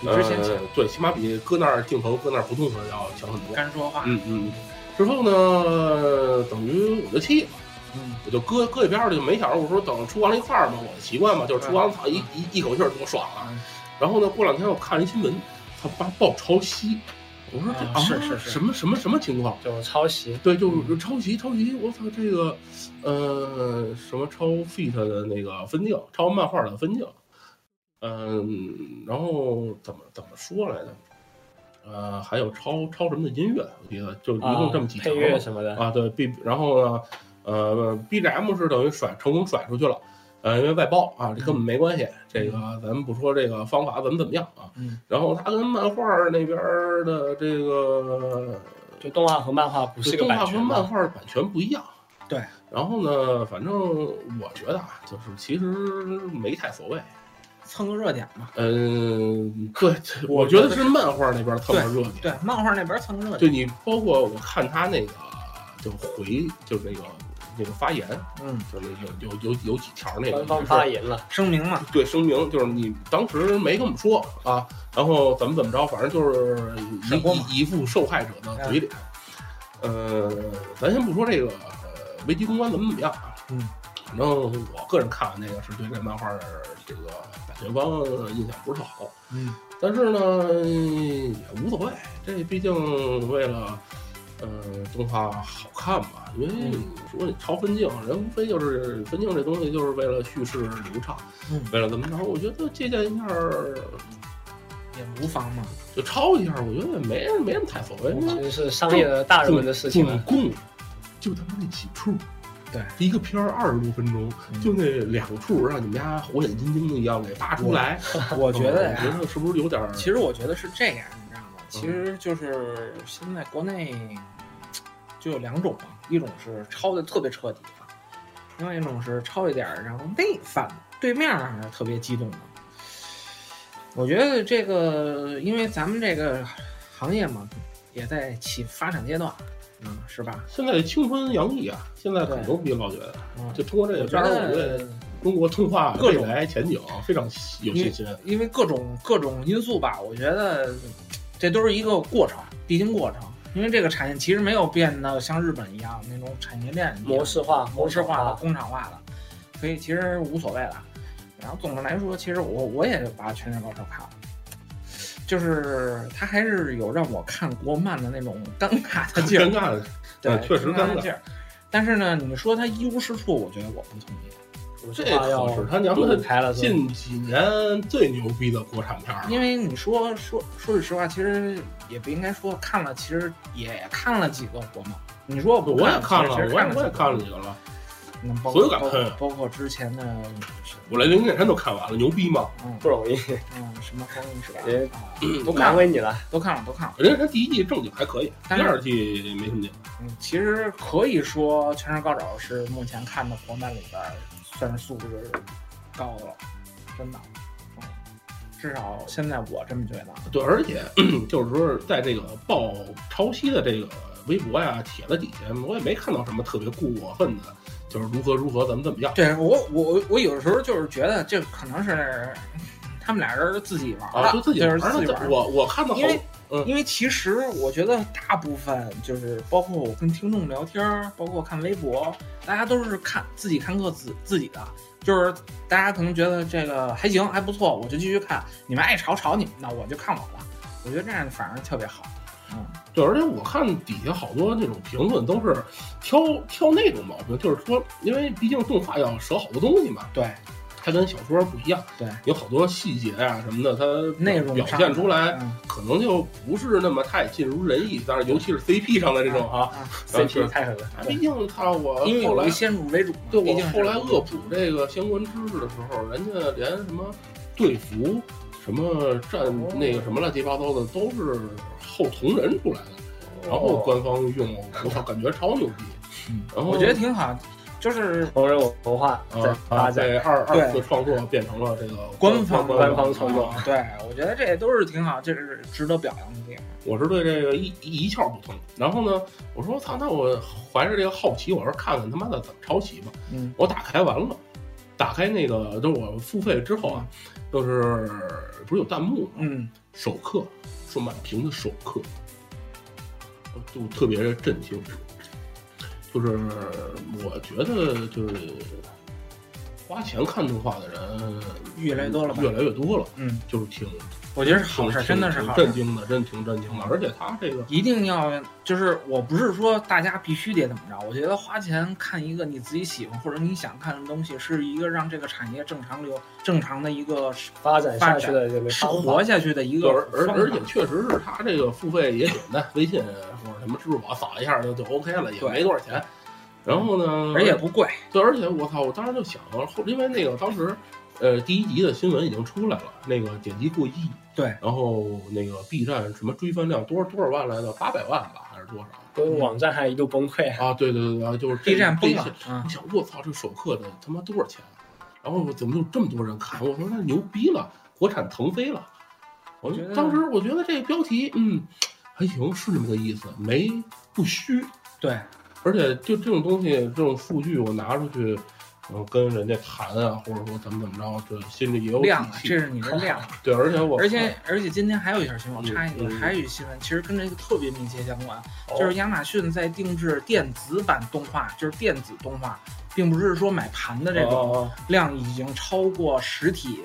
[SPEAKER 1] 比之前
[SPEAKER 2] 呃
[SPEAKER 1] 强，
[SPEAKER 2] 对，起码比搁那儿镜头搁那儿不动的要强很多。
[SPEAKER 1] 干说话。
[SPEAKER 2] 嗯嗯，之后呢，等于我就气，
[SPEAKER 1] 嗯，
[SPEAKER 2] 我就搁搁一边儿了，就没想着我说等出完了一块儿嘛，我的习惯嘛，就是出完操一一一口气儿多爽啊
[SPEAKER 1] 嗯！
[SPEAKER 2] 然后呢，过两天我看了一新闻，他爸报抄袭，我说这
[SPEAKER 1] 啊
[SPEAKER 2] 啊
[SPEAKER 1] 是是是
[SPEAKER 2] 什么什么什么情况？
[SPEAKER 3] 就抄袭，
[SPEAKER 2] 对，就是
[SPEAKER 3] 嗯
[SPEAKER 2] 抄袭抄袭，我操这个，呃，什么抄 Fit 的那个分镜，抄漫画的分镜，嗯，然后怎么怎么说来着？呃，还有抄抄什么的音乐，我觉得就一
[SPEAKER 3] 啊
[SPEAKER 2] 共这么几条
[SPEAKER 3] 配
[SPEAKER 2] 嘛
[SPEAKER 3] 乐什么的，
[SPEAKER 2] 啊，对 B，然后呢，呃，BGM 是等于甩成功甩出去了，呃，因为外包啊，这根
[SPEAKER 3] 嗯
[SPEAKER 2] 本没关系。这个咱们不说这个方法怎么怎么样啊，
[SPEAKER 1] 嗯
[SPEAKER 2] 然后它跟漫画那边儿的这个
[SPEAKER 3] 就动画和漫画不是一个
[SPEAKER 2] 动画
[SPEAKER 3] 版
[SPEAKER 2] 和
[SPEAKER 3] 权
[SPEAKER 2] 漫
[SPEAKER 3] 嘛？
[SPEAKER 2] 画的版权不一样。
[SPEAKER 1] 对，
[SPEAKER 2] 然后呢，反正我觉得啊，就是其实没太所谓。
[SPEAKER 1] 蹭个热点嘛。
[SPEAKER 2] 嗯，对，
[SPEAKER 1] 我
[SPEAKER 2] 我觉得是漫画那边蹭的热点。
[SPEAKER 1] 对，漫画那边蹭个热点。
[SPEAKER 2] 对你，包括我看他那个，就回就那个那个发言，
[SPEAKER 1] 嗯，
[SPEAKER 2] 就是有有有有几条那个
[SPEAKER 3] 官方
[SPEAKER 2] 就是
[SPEAKER 3] 发言了，
[SPEAKER 1] 声明嘛，
[SPEAKER 2] 对声明，就是你当时没跟我们说啊，然后怎么怎么着，反正就是
[SPEAKER 1] 甩锅嘛哎
[SPEAKER 2] 一一一副受害者的嘴脸。呃，咱先不说这个呃危机公关怎么怎么样啊，
[SPEAKER 1] 嗯，
[SPEAKER 2] 反正我个人看完那个是对这漫画儿这个版权方印象不是特好，
[SPEAKER 1] 嗯，
[SPEAKER 2] 但是呢也无所谓，这毕竟为了。呃，动画好看吧？因为
[SPEAKER 1] 嗯
[SPEAKER 2] 你说你超分镜，人无非就是分镜这东西，就是为了叙事流畅，
[SPEAKER 1] 嗯
[SPEAKER 2] 为了怎么着？我觉得借鉴一下儿
[SPEAKER 1] 也无妨嘛。
[SPEAKER 2] 就抄一下儿，我觉得也没没什么太所谓。因为
[SPEAKER 3] 这是商业的大人们的事情
[SPEAKER 2] 总
[SPEAKER 3] 了。
[SPEAKER 2] 共就他妈那几处，
[SPEAKER 1] 对，
[SPEAKER 2] 一个片儿二十多分钟，
[SPEAKER 1] 嗯
[SPEAKER 2] 就那两处让你们家火眼金睛的一样给扒出来。
[SPEAKER 1] 我觉得 呀
[SPEAKER 2] 嗯我，觉得是不是有点儿？
[SPEAKER 1] 其实我觉得是这样，你知道吗？
[SPEAKER 2] 嗯
[SPEAKER 1] 其实就是现在国内就有两种嘛，一种是抄的特别彻底的，另外一种是抄一点儿然后内犯的，对面儿让人特别激动的。我觉得这个，因为咱们这个行业嘛，也在起发展阶段，嗯，是吧？
[SPEAKER 2] 现在青春洋溢啊，现在很牛逼了，我觉得。
[SPEAKER 1] 嗯，
[SPEAKER 2] 就通过这
[SPEAKER 1] 我
[SPEAKER 2] 个
[SPEAKER 1] 觉
[SPEAKER 2] 片儿，我觉
[SPEAKER 1] 得
[SPEAKER 2] 得。中国动画
[SPEAKER 1] 各
[SPEAKER 2] 未
[SPEAKER 1] 种嗯
[SPEAKER 2] 来前景非常有信心。
[SPEAKER 1] 因为各种各种因素吧，我觉得这都是一个过程，必经过程。因为这个产业其实没有变得像日本一样那种产业链一样
[SPEAKER 3] 模式化
[SPEAKER 1] 模式化
[SPEAKER 3] 模式
[SPEAKER 1] 的、
[SPEAKER 3] 化
[SPEAKER 1] 工厂化的，所以其实无所谓了。然后总的来说，其实我我也把《全职高手》看了，就是他还是有让我看国漫的那种尴尬的劲儿
[SPEAKER 2] 尴，尬的，
[SPEAKER 1] 对，
[SPEAKER 2] 嗯确实
[SPEAKER 1] 尴
[SPEAKER 2] 尴尬
[SPEAKER 1] 的劲儿。但是呢，你说他一无是处，我觉得我不同意，
[SPEAKER 3] 我
[SPEAKER 2] 这
[SPEAKER 3] 这话要
[SPEAKER 2] 可是他娘
[SPEAKER 3] 躲
[SPEAKER 2] 的
[SPEAKER 3] 开了，是吧
[SPEAKER 2] 近几年最牛逼的国产片儿了。
[SPEAKER 1] 因为你说说说句实话，其实也不应该说看了，其实也看了几个国漫。你说我不
[SPEAKER 2] 我也看了，
[SPEAKER 1] 了，
[SPEAKER 2] 我
[SPEAKER 1] 其
[SPEAKER 2] 也
[SPEAKER 1] 实
[SPEAKER 2] 我
[SPEAKER 1] 了
[SPEAKER 2] 也
[SPEAKER 1] 几个
[SPEAKER 2] 看了几个了，
[SPEAKER 1] 嗯包
[SPEAKER 2] 所有
[SPEAKER 1] 括
[SPEAKER 2] 感
[SPEAKER 1] 包
[SPEAKER 2] 恨
[SPEAKER 1] 括包括之前的，
[SPEAKER 2] 我连零点三都看完了，牛逼吗？
[SPEAKER 1] 嗯
[SPEAKER 3] 不容易，
[SPEAKER 1] 嗯什么风云是吧
[SPEAKER 3] 也？
[SPEAKER 1] 啊
[SPEAKER 2] 都看
[SPEAKER 3] 难
[SPEAKER 2] 了。
[SPEAKER 3] 为你了。
[SPEAKER 1] 都看了，都看了。
[SPEAKER 2] 零点三第一季正经还可以，第
[SPEAKER 1] 但是
[SPEAKER 2] 二季没什么劲。
[SPEAKER 1] 嗯，其实可以说《全职高手》是目前看的国漫里边儿算是素质高的了，真的。嗯至少现在我这么觉得。啊
[SPEAKER 2] 对，而且 就是说，在这个报抄袭的这个微博呀、帖子底下，我也没看到什么特别过分的，就是如何如何怎么怎么样。
[SPEAKER 1] 对我，我我有时候就是觉得这可能是他们俩人自己玩儿
[SPEAKER 2] 啊，
[SPEAKER 1] 了，
[SPEAKER 2] 就自己
[SPEAKER 1] 啊就是
[SPEAKER 2] 玩儿
[SPEAKER 1] 自己
[SPEAKER 2] 呢
[SPEAKER 1] 玩儿。
[SPEAKER 2] 我我看到好
[SPEAKER 1] 因为
[SPEAKER 2] 嗯
[SPEAKER 1] 因为其实我觉得大部分就是包括我跟听众聊天儿，包括看微博，大家都是看自己看各自自己的，就是大家可能觉得这个还行还不错，我就继续看，你们爱吵吵你们的，我就看我的，我觉得这样反而特别好。嗯，
[SPEAKER 2] 对，而且我看底下好多这种评论都是挑挑那种毛病，就是说，因为毕竟动画要舍好多东西嘛，
[SPEAKER 1] 对
[SPEAKER 2] 它跟小说不一样，
[SPEAKER 1] 对，
[SPEAKER 2] 有好多细节啊什么的，它
[SPEAKER 1] 内容
[SPEAKER 2] 表
[SPEAKER 1] 上
[SPEAKER 2] 现出来
[SPEAKER 1] 嗯
[SPEAKER 2] 可能就不是那么太尽如人意，但是尤其是 CP 上的这种啊，
[SPEAKER 1] 啊，
[SPEAKER 2] 然后就
[SPEAKER 3] CP 太狠了。
[SPEAKER 2] 毕竟他我
[SPEAKER 1] 因为
[SPEAKER 2] 后
[SPEAKER 1] 我
[SPEAKER 2] 来
[SPEAKER 1] 以先入为主嘛，
[SPEAKER 2] 对
[SPEAKER 1] 毕
[SPEAKER 2] 我
[SPEAKER 1] 竟是
[SPEAKER 2] 后来恶补这个相关知识的时候，人家连什么队服、什么战
[SPEAKER 3] 哦
[SPEAKER 2] 那个什么乱七八糟的，都是后同人出来的，然后
[SPEAKER 3] 哦
[SPEAKER 2] 官方用，我操，感觉超牛逼。
[SPEAKER 1] 嗯
[SPEAKER 2] 然后
[SPEAKER 1] 我觉得挺好，就是
[SPEAKER 3] 同人文化在
[SPEAKER 2] 啊，
[SPEAKER 3] 发
[SPEAKER 2] 把
[SPEAKER 3] 展，
[SPEAKER 2] 这二
[SPEAKER 1] 对
[SPEAKER 2] 二次创作变成了这个
[SPEAKER 1] 官方
[SPEAKER 3] 官方创作。
[SPEAKER 2] 啊
[SPEAKER 1] 对，我觉得这都是挺好，这是值得表扬的地方。
[SPEAKER 2] 我是对这个一一窍不通。然后呢，我说操，那我怀着这个好奇，我说看看他妈的怎么抄袭吧。
[SPEAKER 1] 嗯，
[SPEAKER 2] 我打开完了，打开那个，就是我付费之后啊，就是不是有弹幕吗？
[SPEAKER 1] 嗯，
[SPEAKER 2] 首课，说满屏的首课，我就特别震惊。就是我觉得，就是花钱看动画的人
[SPEAKER 1] 越来越多了吧
[SPEAKER 2] 越来越多了，
[SPEAKER 1] 嗯，
[SPEAKER 2] 就是挺
[SPEAKER 1] 我觉得是好事，
[SPEAKER 2] 挺
[SPEAKER 1] 真的是
[SPEAKER 2] 挺
[SPEAKER 1] 好
[SPEAKER 2] 震
[SPEAKER 1] 事。
[SPEAKER 2] 惊的，真挺震惊的。而且他这个，
[SPEAKER 1] 一定要就是，我不是说大家必须得怎么着，我觉得花钱看一个你自己喜欢或者你想看的东西，是一个让这个产业正常流正常的一个是
[SPEAKER 3] 发展下去的这个
[SPEAKER 1] 是
[SPEAKER 3] 方
[SPEAKER 1] 活
[SPEAKER 3] 法，
[SPEAKER 1] 下去的一个
[SPEAKER 2] 而而
[SPEAKER 1] 方法
[SPEAKER 2] 而且确实是他这个付费也简单，微信或者什么支付宝扫一下就就 OK 了，也
[SPEAKER 1] 对
[SPEAKER 2] 没多少钱。然后呢，
[SPEAKER 1] 而且不贵，
[SPEAKER 2] 对，而且我操，我当时就想，后因为那个当时，呃，第一集的新闻已经出来了，那个点击过亿，
[SPEAKER 1] 对
[SPEAKER 2] 然后那个 B 站什么追番量多少多少万来的，八百万吧，还是多少？
[SPEAKER 3] 所以网站还一度崩溃。
[SPEAKER 2] 啊，对对对对，就是
[SPEAKER 1] B 站
[SPEAKER 2] 这
[SPEAKER 1] 崩
[SPEAKER 2] 一
[SPEAKER 1] 了
[SPEAKER 2] 下
[SPEAKER 1] 啊
[SPEAKER 2] 我！想，我操，这首课得他妈多少钱啊？然后怎么就这么多人看？我说那牛逼了，国产腾飞了。我
[SPEAKER 1] 我觉得
[SPEAKER 2] 当时我觉得这个标题，嗯，还行，是这么个意思，没不虚。
[SPEAKER 1] 对，
[SPEAKER 2] 而且就这种东西，这种数据我拿出去，然后跟人家谈啊，或者说怎么怎么着，这心里也有
[SPEAKER 1] 亮
[SPEAKER 2] 底
[SPEAKER 1] 了，
[SPEAKER 2] 气
[SPEAKER 1] 啊这是你的亮。
[SPEAKER 2] 对，而且我
[SPEAKER 1] 而且而且今天还有一条新闻，我插一个
[SPEAKER 2] 嗯，嗯
[SPEAKER 1] 还有一新闻，其实跟这个特别密切相关，
[SPEAKER 3] 哦
[SPEAKER 1] 就是亚马逊在定制电子版动画，就是电子动画，并不是说买盘的这种
[SPEAKER 2] 啊
[SPEAKER 1] 量已经超过实体，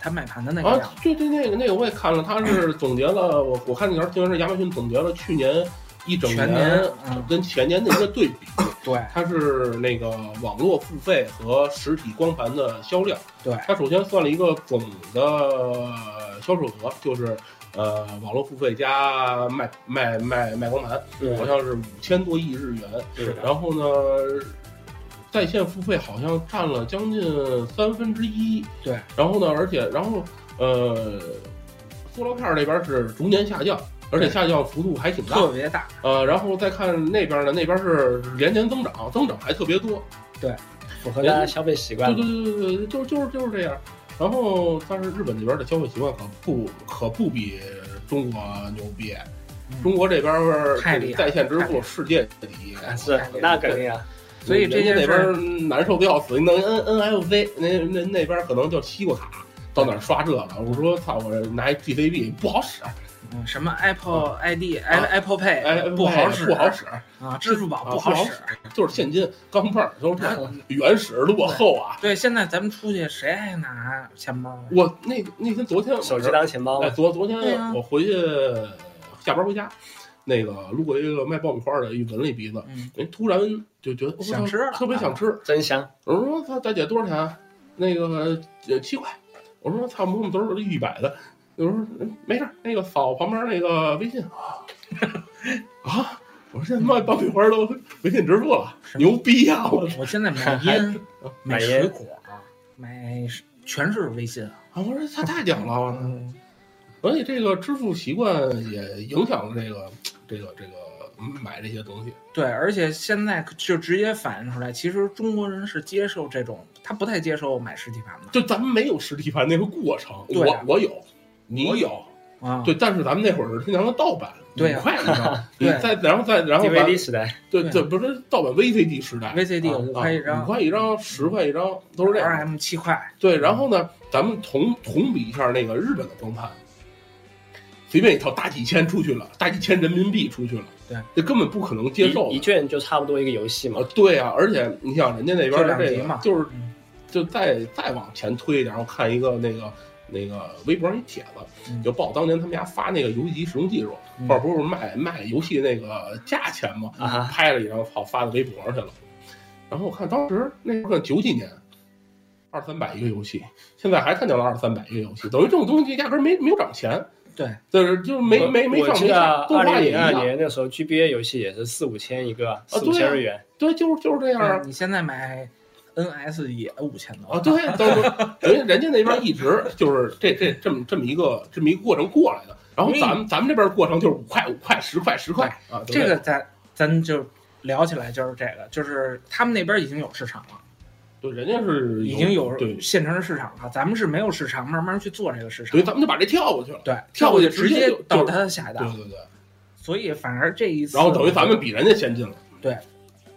[SPEAKER 1] 它买盘的那
[SPEAKER 2] 啊
[SPEAKER 1] 个
[SPEAKER 2] 啊
[SPEAKER 1] 量。，
[SPEAKER 2] 对对，那个那个我也看了，他是总结了，我我看那条新闻是亚马逊总结了去年一整
[SPEAKER 1] 全年嗯
[SPEAKER 2] 跟前年的一个对比，
[SPEAKER 1] 对
[SPEAKER 2] 它是那个网络付费和实体光盘的销量。
[SPEAKER 1] 对
[SPEAKER 2] 它首先算了一个总的呃销售额，就是呃网络付费加卖卖卖卖光盘，好
[SPEAKER 3] 对，
[SPEAKER 2] 像是五千多亿日元。
[SPEAKER 3] 是的，
[SPEAKER 2] 然后呢，在线付费好像占了将近三分之一。
[SPEAKER 1] 对，
[SPEAKER 2] 然后呢，而且然后呃，塑料片儿这边是逐年下降，而且
[SPEAKER 1] 对
[SPEAKER 2] 下降幅度还挺大。
[SPEAKER 1] 特别大，
[SPEAKER 2] 呃，然后再看那边呢，那边是连年增长，增长还特别多。
[SPEAKER 3] 符合大家消费习惯
[SPEAKER 2] 对。对对对对，就就是就是这样。然后，但是日本那边的消费习惯可不可不比中国牛逼。
[SPEAKER 1] 嗯
[SPEAKER 2] 中国这边儿
[SPEAKER 1] 太厉害
[SPEAKER 2] 在线支
[SPEAKER 1] 太厉
[SPEAKER 2] 付世界第一，
[SPEAKER 3] 是，那肯定啊，
[SPEAKER 1] 所以这件事
[SPEAKER 2] 人家那边
[SPEAKER 1] 儿
[SPEAKER 2] 儿难受的要死。你弄 N N F C，那那那边儿可能叫西瓜卡，到哪儿刷这了？我说操，我这拿一 G C B 不好使，
[SPEAKER 1] 嗯什么 Apple ID、Apple
[SPEAKER 2] 哎，
[SPEAKER 1] Pay 不好使，
[SPEAKER 2] 不好使，
[SPEAKER 1] 啊，支付宝
[SPEAKER 2] 啊
[SPEAKER 1] 不好
[SPEAKER 2] 不好
[SPEAKER 1] 使。
[SPEAKER 2] 就是现金钢镚儿，都是 原始落后啊。
[SPEAKER 1] 对，现在咱们出去谁还拿钱包啊？
[SPEAKER 2] 我那那天昨天晚上
[SPEAKER 3] 手机当钱包
[SPEAKER 2] 哎，
[SPEAKER 3] 嘛。
[SPEAKER 2] 昨昨天
[SPEAKER 1] 对啊
[SPEAKER 2] 我回去下班回家，那个路过一个卖爆米花的，一闻了一鼻子，
[SPEAKER 1] 嗯，
[SPEAKER 2] 哎，突然就觉得我操
[SPEAKER 1] 想吃了啊
[SPEAKER 2] 特别想吃。
[SPEAKER 3] 真香，
[SPEAKER 2] 我说操，大姐多少钱啊？那个呃七块。我说操，摸摸兜儿一百的。我说嗯没事儿，那个扫旁边那个微信啊啊。我说现在卖爆米花都微信支付了，
[SPEAKER 1] 是吗
[SPEAKER 2] 牛逼呀、我啊操！
[SPEAKER 1] 我现在买烟、买
[SPEAKER 3] 买
[SPEAKER 1] 水
[SPEAKER 3] 烟
[SPEAKER 1] 果、啊买全是微信。
[SPEAKER 2] 啊，我说他太屌了，我操！
[SPEAKER 1] 嗯，
[SPEAKER 2] 所以这个支付习惯也影响了这个这个这个嗯买这些东西。
[SPEAKER 1] 对，而且现在就直接反映出来，其实中国人是接受这种，他不太接受买实体盘的
[SPEAKER 2] 就咱们没有实体盘那个过程，
[SPEAKER 1] 对啊
[SPEAKER 2] 我我有，你有，
[SPEAKER 1] 啊。
[SPEAKER 2] 对，但是咱们那会儿是经常的盗版，
[SPEAKER 1] 对
[SPEAKER 2] 五
[SPEAKER 1] 啊
[SPEAKER 2] 块一张，你
[SPEAKER 1] 对
[SPEAKER 2] 再然后再然后咱
[SPEAKER 3] DVD 时代，
[SPEAKER 2] 对
[SPEAKER 1] 对
[SPEAKER 2] 对，不是盗版 VCD 时代
[SPEAKER 1] VCD
[SPEAKER 2] 啊
[SPEAKER 1] 五块一张
[SPEAKER 2] 啊五块一张，十块一张都是这样。
[SPEAKER 1] ，RM 七块，
[SPEAKER 2] 对，然后呢，咱们同同比一下那个日本的光盘，随便一套大几千出去了，大几千人民币出去了，
[SPEAKER 1] 对，
[SPEAKER 2] 这根本不可能接受
[SPEAKER 3] 一一
[SPEAKER 2] 的。
[SPEAKER 3] 卷就差不多一个游戏
[SPEAKER 2] 啊
[SPEAKER 3] 嘛，，
[SPEAKER 2] 对啊，而且你想人家那边的
[SPEAKER 1] 就两
[SPEAKER 2] 这
[SPEAKER 1] 级
[SPEAKER 2] 个
[SPEAKER 1] 嘛
[SPEAKER 2] 就是
[SPEAKER 1] 嗯
[SPEAKER 2] 就再再往前推一点，我看一个那个那个微博上一帖子，
[SPEAKER 1] 嗯
[SPEAKER 2] 就报当年他们家发那个游戏机使用技术，
[SPEAKER 1] 嗯
[SPEAKER 2] 或者不是卖卖游戏那个价钱嘛，
[SPEAKER 3] 啊哈
[SPEAKER 2] 拍了一张，操，发到微博上去了。然后我看当时那时候可能九几年，二三百一个游戏，现在还看见了二三百一个游戏，等于这种东西压根儿没没有涨钱，
[SPEAKER 1] 对，
[SPEAKER 2] 就是就是没
[SPEAKER 3] 我
[SPEAKER 2] 没没
[SPEAKER 3] 我
[SPEAKER 2] 上
[SPEAKER 3] 记
[SPEAKER 2] 没
[SPEAKER 3] 得
[SPEAKER 2] 下，动
[SPEAKER 3] 二
[SPEAKER 2] 画
[SPEAKER 3] 零
[SPEAKER 2] 也一
[SPEAKER 3] 零二
[SPEAKER 2] 样，
[SPEAKER 3] 年那时候 GBA 游戏也是四五千一个，四五
[SPEAKER 2] 对
[SPEAKER 3] 千
[SPEAKER 2] 啊
[SPEAKER 3] 日元，
[SPEAKER 2] 对，就是就是这样啊
[SPEAKER 1] 嗯。你现在买 NS 也五千多
[SPEAKER 2] 啊，对，都是人家人家那边一直就是这这这么这么一个这么一个过程过来的，然后咱们咱们这边过程就是五块五块十块十块啊，对
[SPEAKER 1] 这个咱咱就聊起来就是这个，就是他们那边已经有市场了，
[SPEAKER 2] 对人家是
[SPEAKER 1] 已经有
[SPEAKER 2] 对，
[SPEAKER 1] 现成的市场了，咱们是没有市场，慢慢去做这个市
[SPEAKER 2] 所
[SPEAKER 1] 场
[SPEAKER 2] 以。咱们就把这跳过去了，
[SPEAKER 1] 对，
[SPEAKER 2] 跳过去
[SPEAKER 1] 就直
[SPEAKER 2] 接
[SPEAKER 1] 接
[SPEAKER 2] 就
[SPEAKER 1] 到
[SPEAKER 2] 就是
[SPEAKER 1] 他的下一代
[SPEAKER 2] 对
[SPEAKER 1] 了，
[SPEAKER 2] 对对，
[SPEAKER 1] 所以反而这一次，
[SPEAKER 2] 然后等于咱们比人家先进了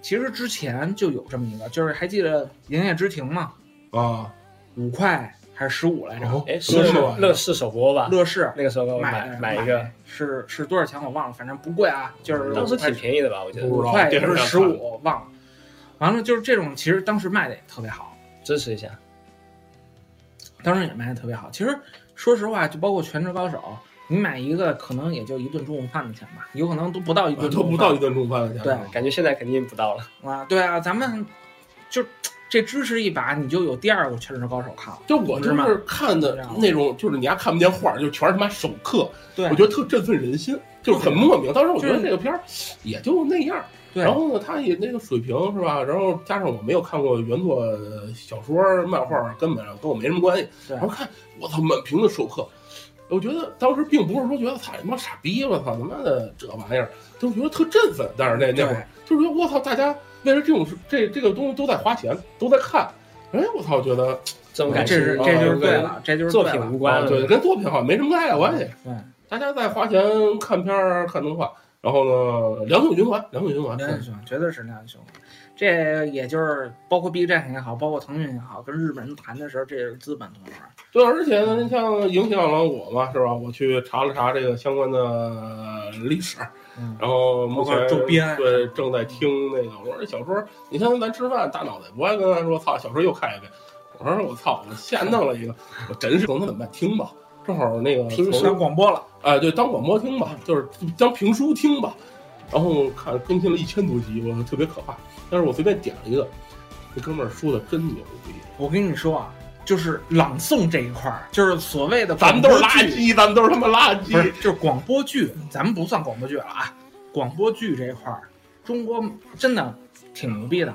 [SPEAKER 1] 其实之前就有这么一个，就是还记得《营业之庭》吗？
[SPEAKER 2] 啊，
[SPEAKER 1] 五块还是十五来着？
[SPEAKER 2] 哦
[SPEAKER 3] 哎，是
[SPEAKER 2] 乐视吧
[SPEAKER 3] 乐视首播吧？
[SPEAKER 1] 乐视
[SPEAKER 3] 那个时候哦买
[SPEAKER 1] 买
[SPEAKER 3] 买一个，
[SPEAKER 1] 是是多少钱我忘了，反正不贵啊，就是
[SPEAKER 3] 当时挺便宜的吧？我觉得
[SPEAKER 2] 不
[SPEAKER 1] 五
[SPEAKER 2] 知道
[SPEAKER 1] 块也
[SPEAKER 2] 电视
[SPEAKER 1] 是
[SPEAKER 2] 上
[SPEAKER 1] 十
[SPEAKER 2] 看
[SPEAKER 1] 五，忘了。完了就是这种，其实当时卖的也特别好，
[SPEAKER 3] 支持一下。
[SPEAKER 1] 当时也卖的特别好。其实说实话，就包括《全职高手》，你买一个可能也就一顿中午饭的钱吧，有可能都不到一顿
[SPEAKER 2] 啊都
[SPEAKER 1] 中
[SPEAKER 2] 不
[SPEAKER 1] 午饭，
[SPEAKER 2] 到一顿中饭的价格，
[SPEAKER 3] 感觉现在肯定不到了。
[SPEAKER 1] 啊。对啊，咱们就这支持一把，你就有第二个《全职高手》看了。
[SPEAKER 2] 就我
[SPEAKER 1] 同志
[SPEAKER 2] 就是
[SPEAKER 1] 们
[SPEAKER 2] 看的那种，就是你还看不见画，就全是他妈手刻，
[SPEAKER 1] 对
[SPEAKER 2] 我觉得特振奋人心，就是很莫名。当时我觉得这个片儿也就那样，
[SPEAKER 1] 对
[SPEAKER 2] 然后呢，他也那个水平是吧？然后加上我没有看过原作小说、漫画，根本跟我没什么关系。
[SPEAKER 1] 对
[SPEAKER 2] 然后看我操，满屏的授课，我觉得当时并不是说觉得操他妈傻逼，我操他妈的这玩意儿，就觉得特振奋。但是那那会儿就是觉得我操，大家为了这种事这这个东西都在花钱，都在看。哎，我操，觉得
[SPEAKER 3] 这种感
[SPEAKER 1] 这
[SPEAKER 3] 觉，
[SPEAKER 1] 是
[SPEAKER 2] 哦
[SPEAKER 1] 这就是
[SPEAKER 2] 对
[SPEAKER 1] 对了，这就是
[SPEAKER 3] 作
[SPEAKER 1] 对
[SPEAKER 3] 品
[SPEAKER 1] 了
[SPEAKER 3] 无关
[SPEAKER 2] 啊，
[SPEAKER 3] 了。
[SPEAKER 2] 对，跟作品好像没什么太大关系。啊
[SPEAKER 1] 对，
[SPEAKER 2] 大家在花钱看片儿、看动画，然后呢，良性循环，良性循环。
[SPEAKER 1] 两眼熊绝对是两眼熊。这也就是包括 B 站也好，包括腾讯也好，跟日本人谈的时候，这也是资本同志。
[SPEAKER 2] 对，而且呢，像影响了我嘛，是吧？我去查了查这个相关的呃历史，
[SPEAKER 1] 嗯，
[SPEAKER 2] 然后目
[SPEAKER 1] 包
[SPEAKER 2] 前
[SPEAKER 1] 括周边
[SPEAKER 2] 对正在听那个，我说这小说，你看咱吃饭，大脑袋不爱跟他说，操，小说又看一遍。我说我操，我瞎弄了一个，我真是能他怎么办？听吧，正好那个
[SPEAKER 3] 听
[SPEAKER 2] 从
[SPEAKER 1] 上广播了，
[SPEAKER 2] 哎，对，当广播听吧，就是当评书听吧。然后看更新了一千多集，我特别可怕。但是我随便点了一个，这哥们儿说的真牛逼，
[SPEAKER 1] 我跟你说啊，就是朗诵这一块儿，就是所谓的
[SPEAKER 2] 咱们
[SPEAKER 1] 广
[SPEAKER 2] 都
[SPEAKER 1] 播
[SPEAKER 2] 是
[SPEAKER 1] 剧
[SPEAKER 2] 垃，圾， 咱们都是他妈垃
[SPEAKER 1] 不是
[SPEAKER 2] 圾。
[SPEAKER 1] 就是广播剧，咱们不算广播剧了啊。广播剧这一块儿，中国真的挺牛逼的，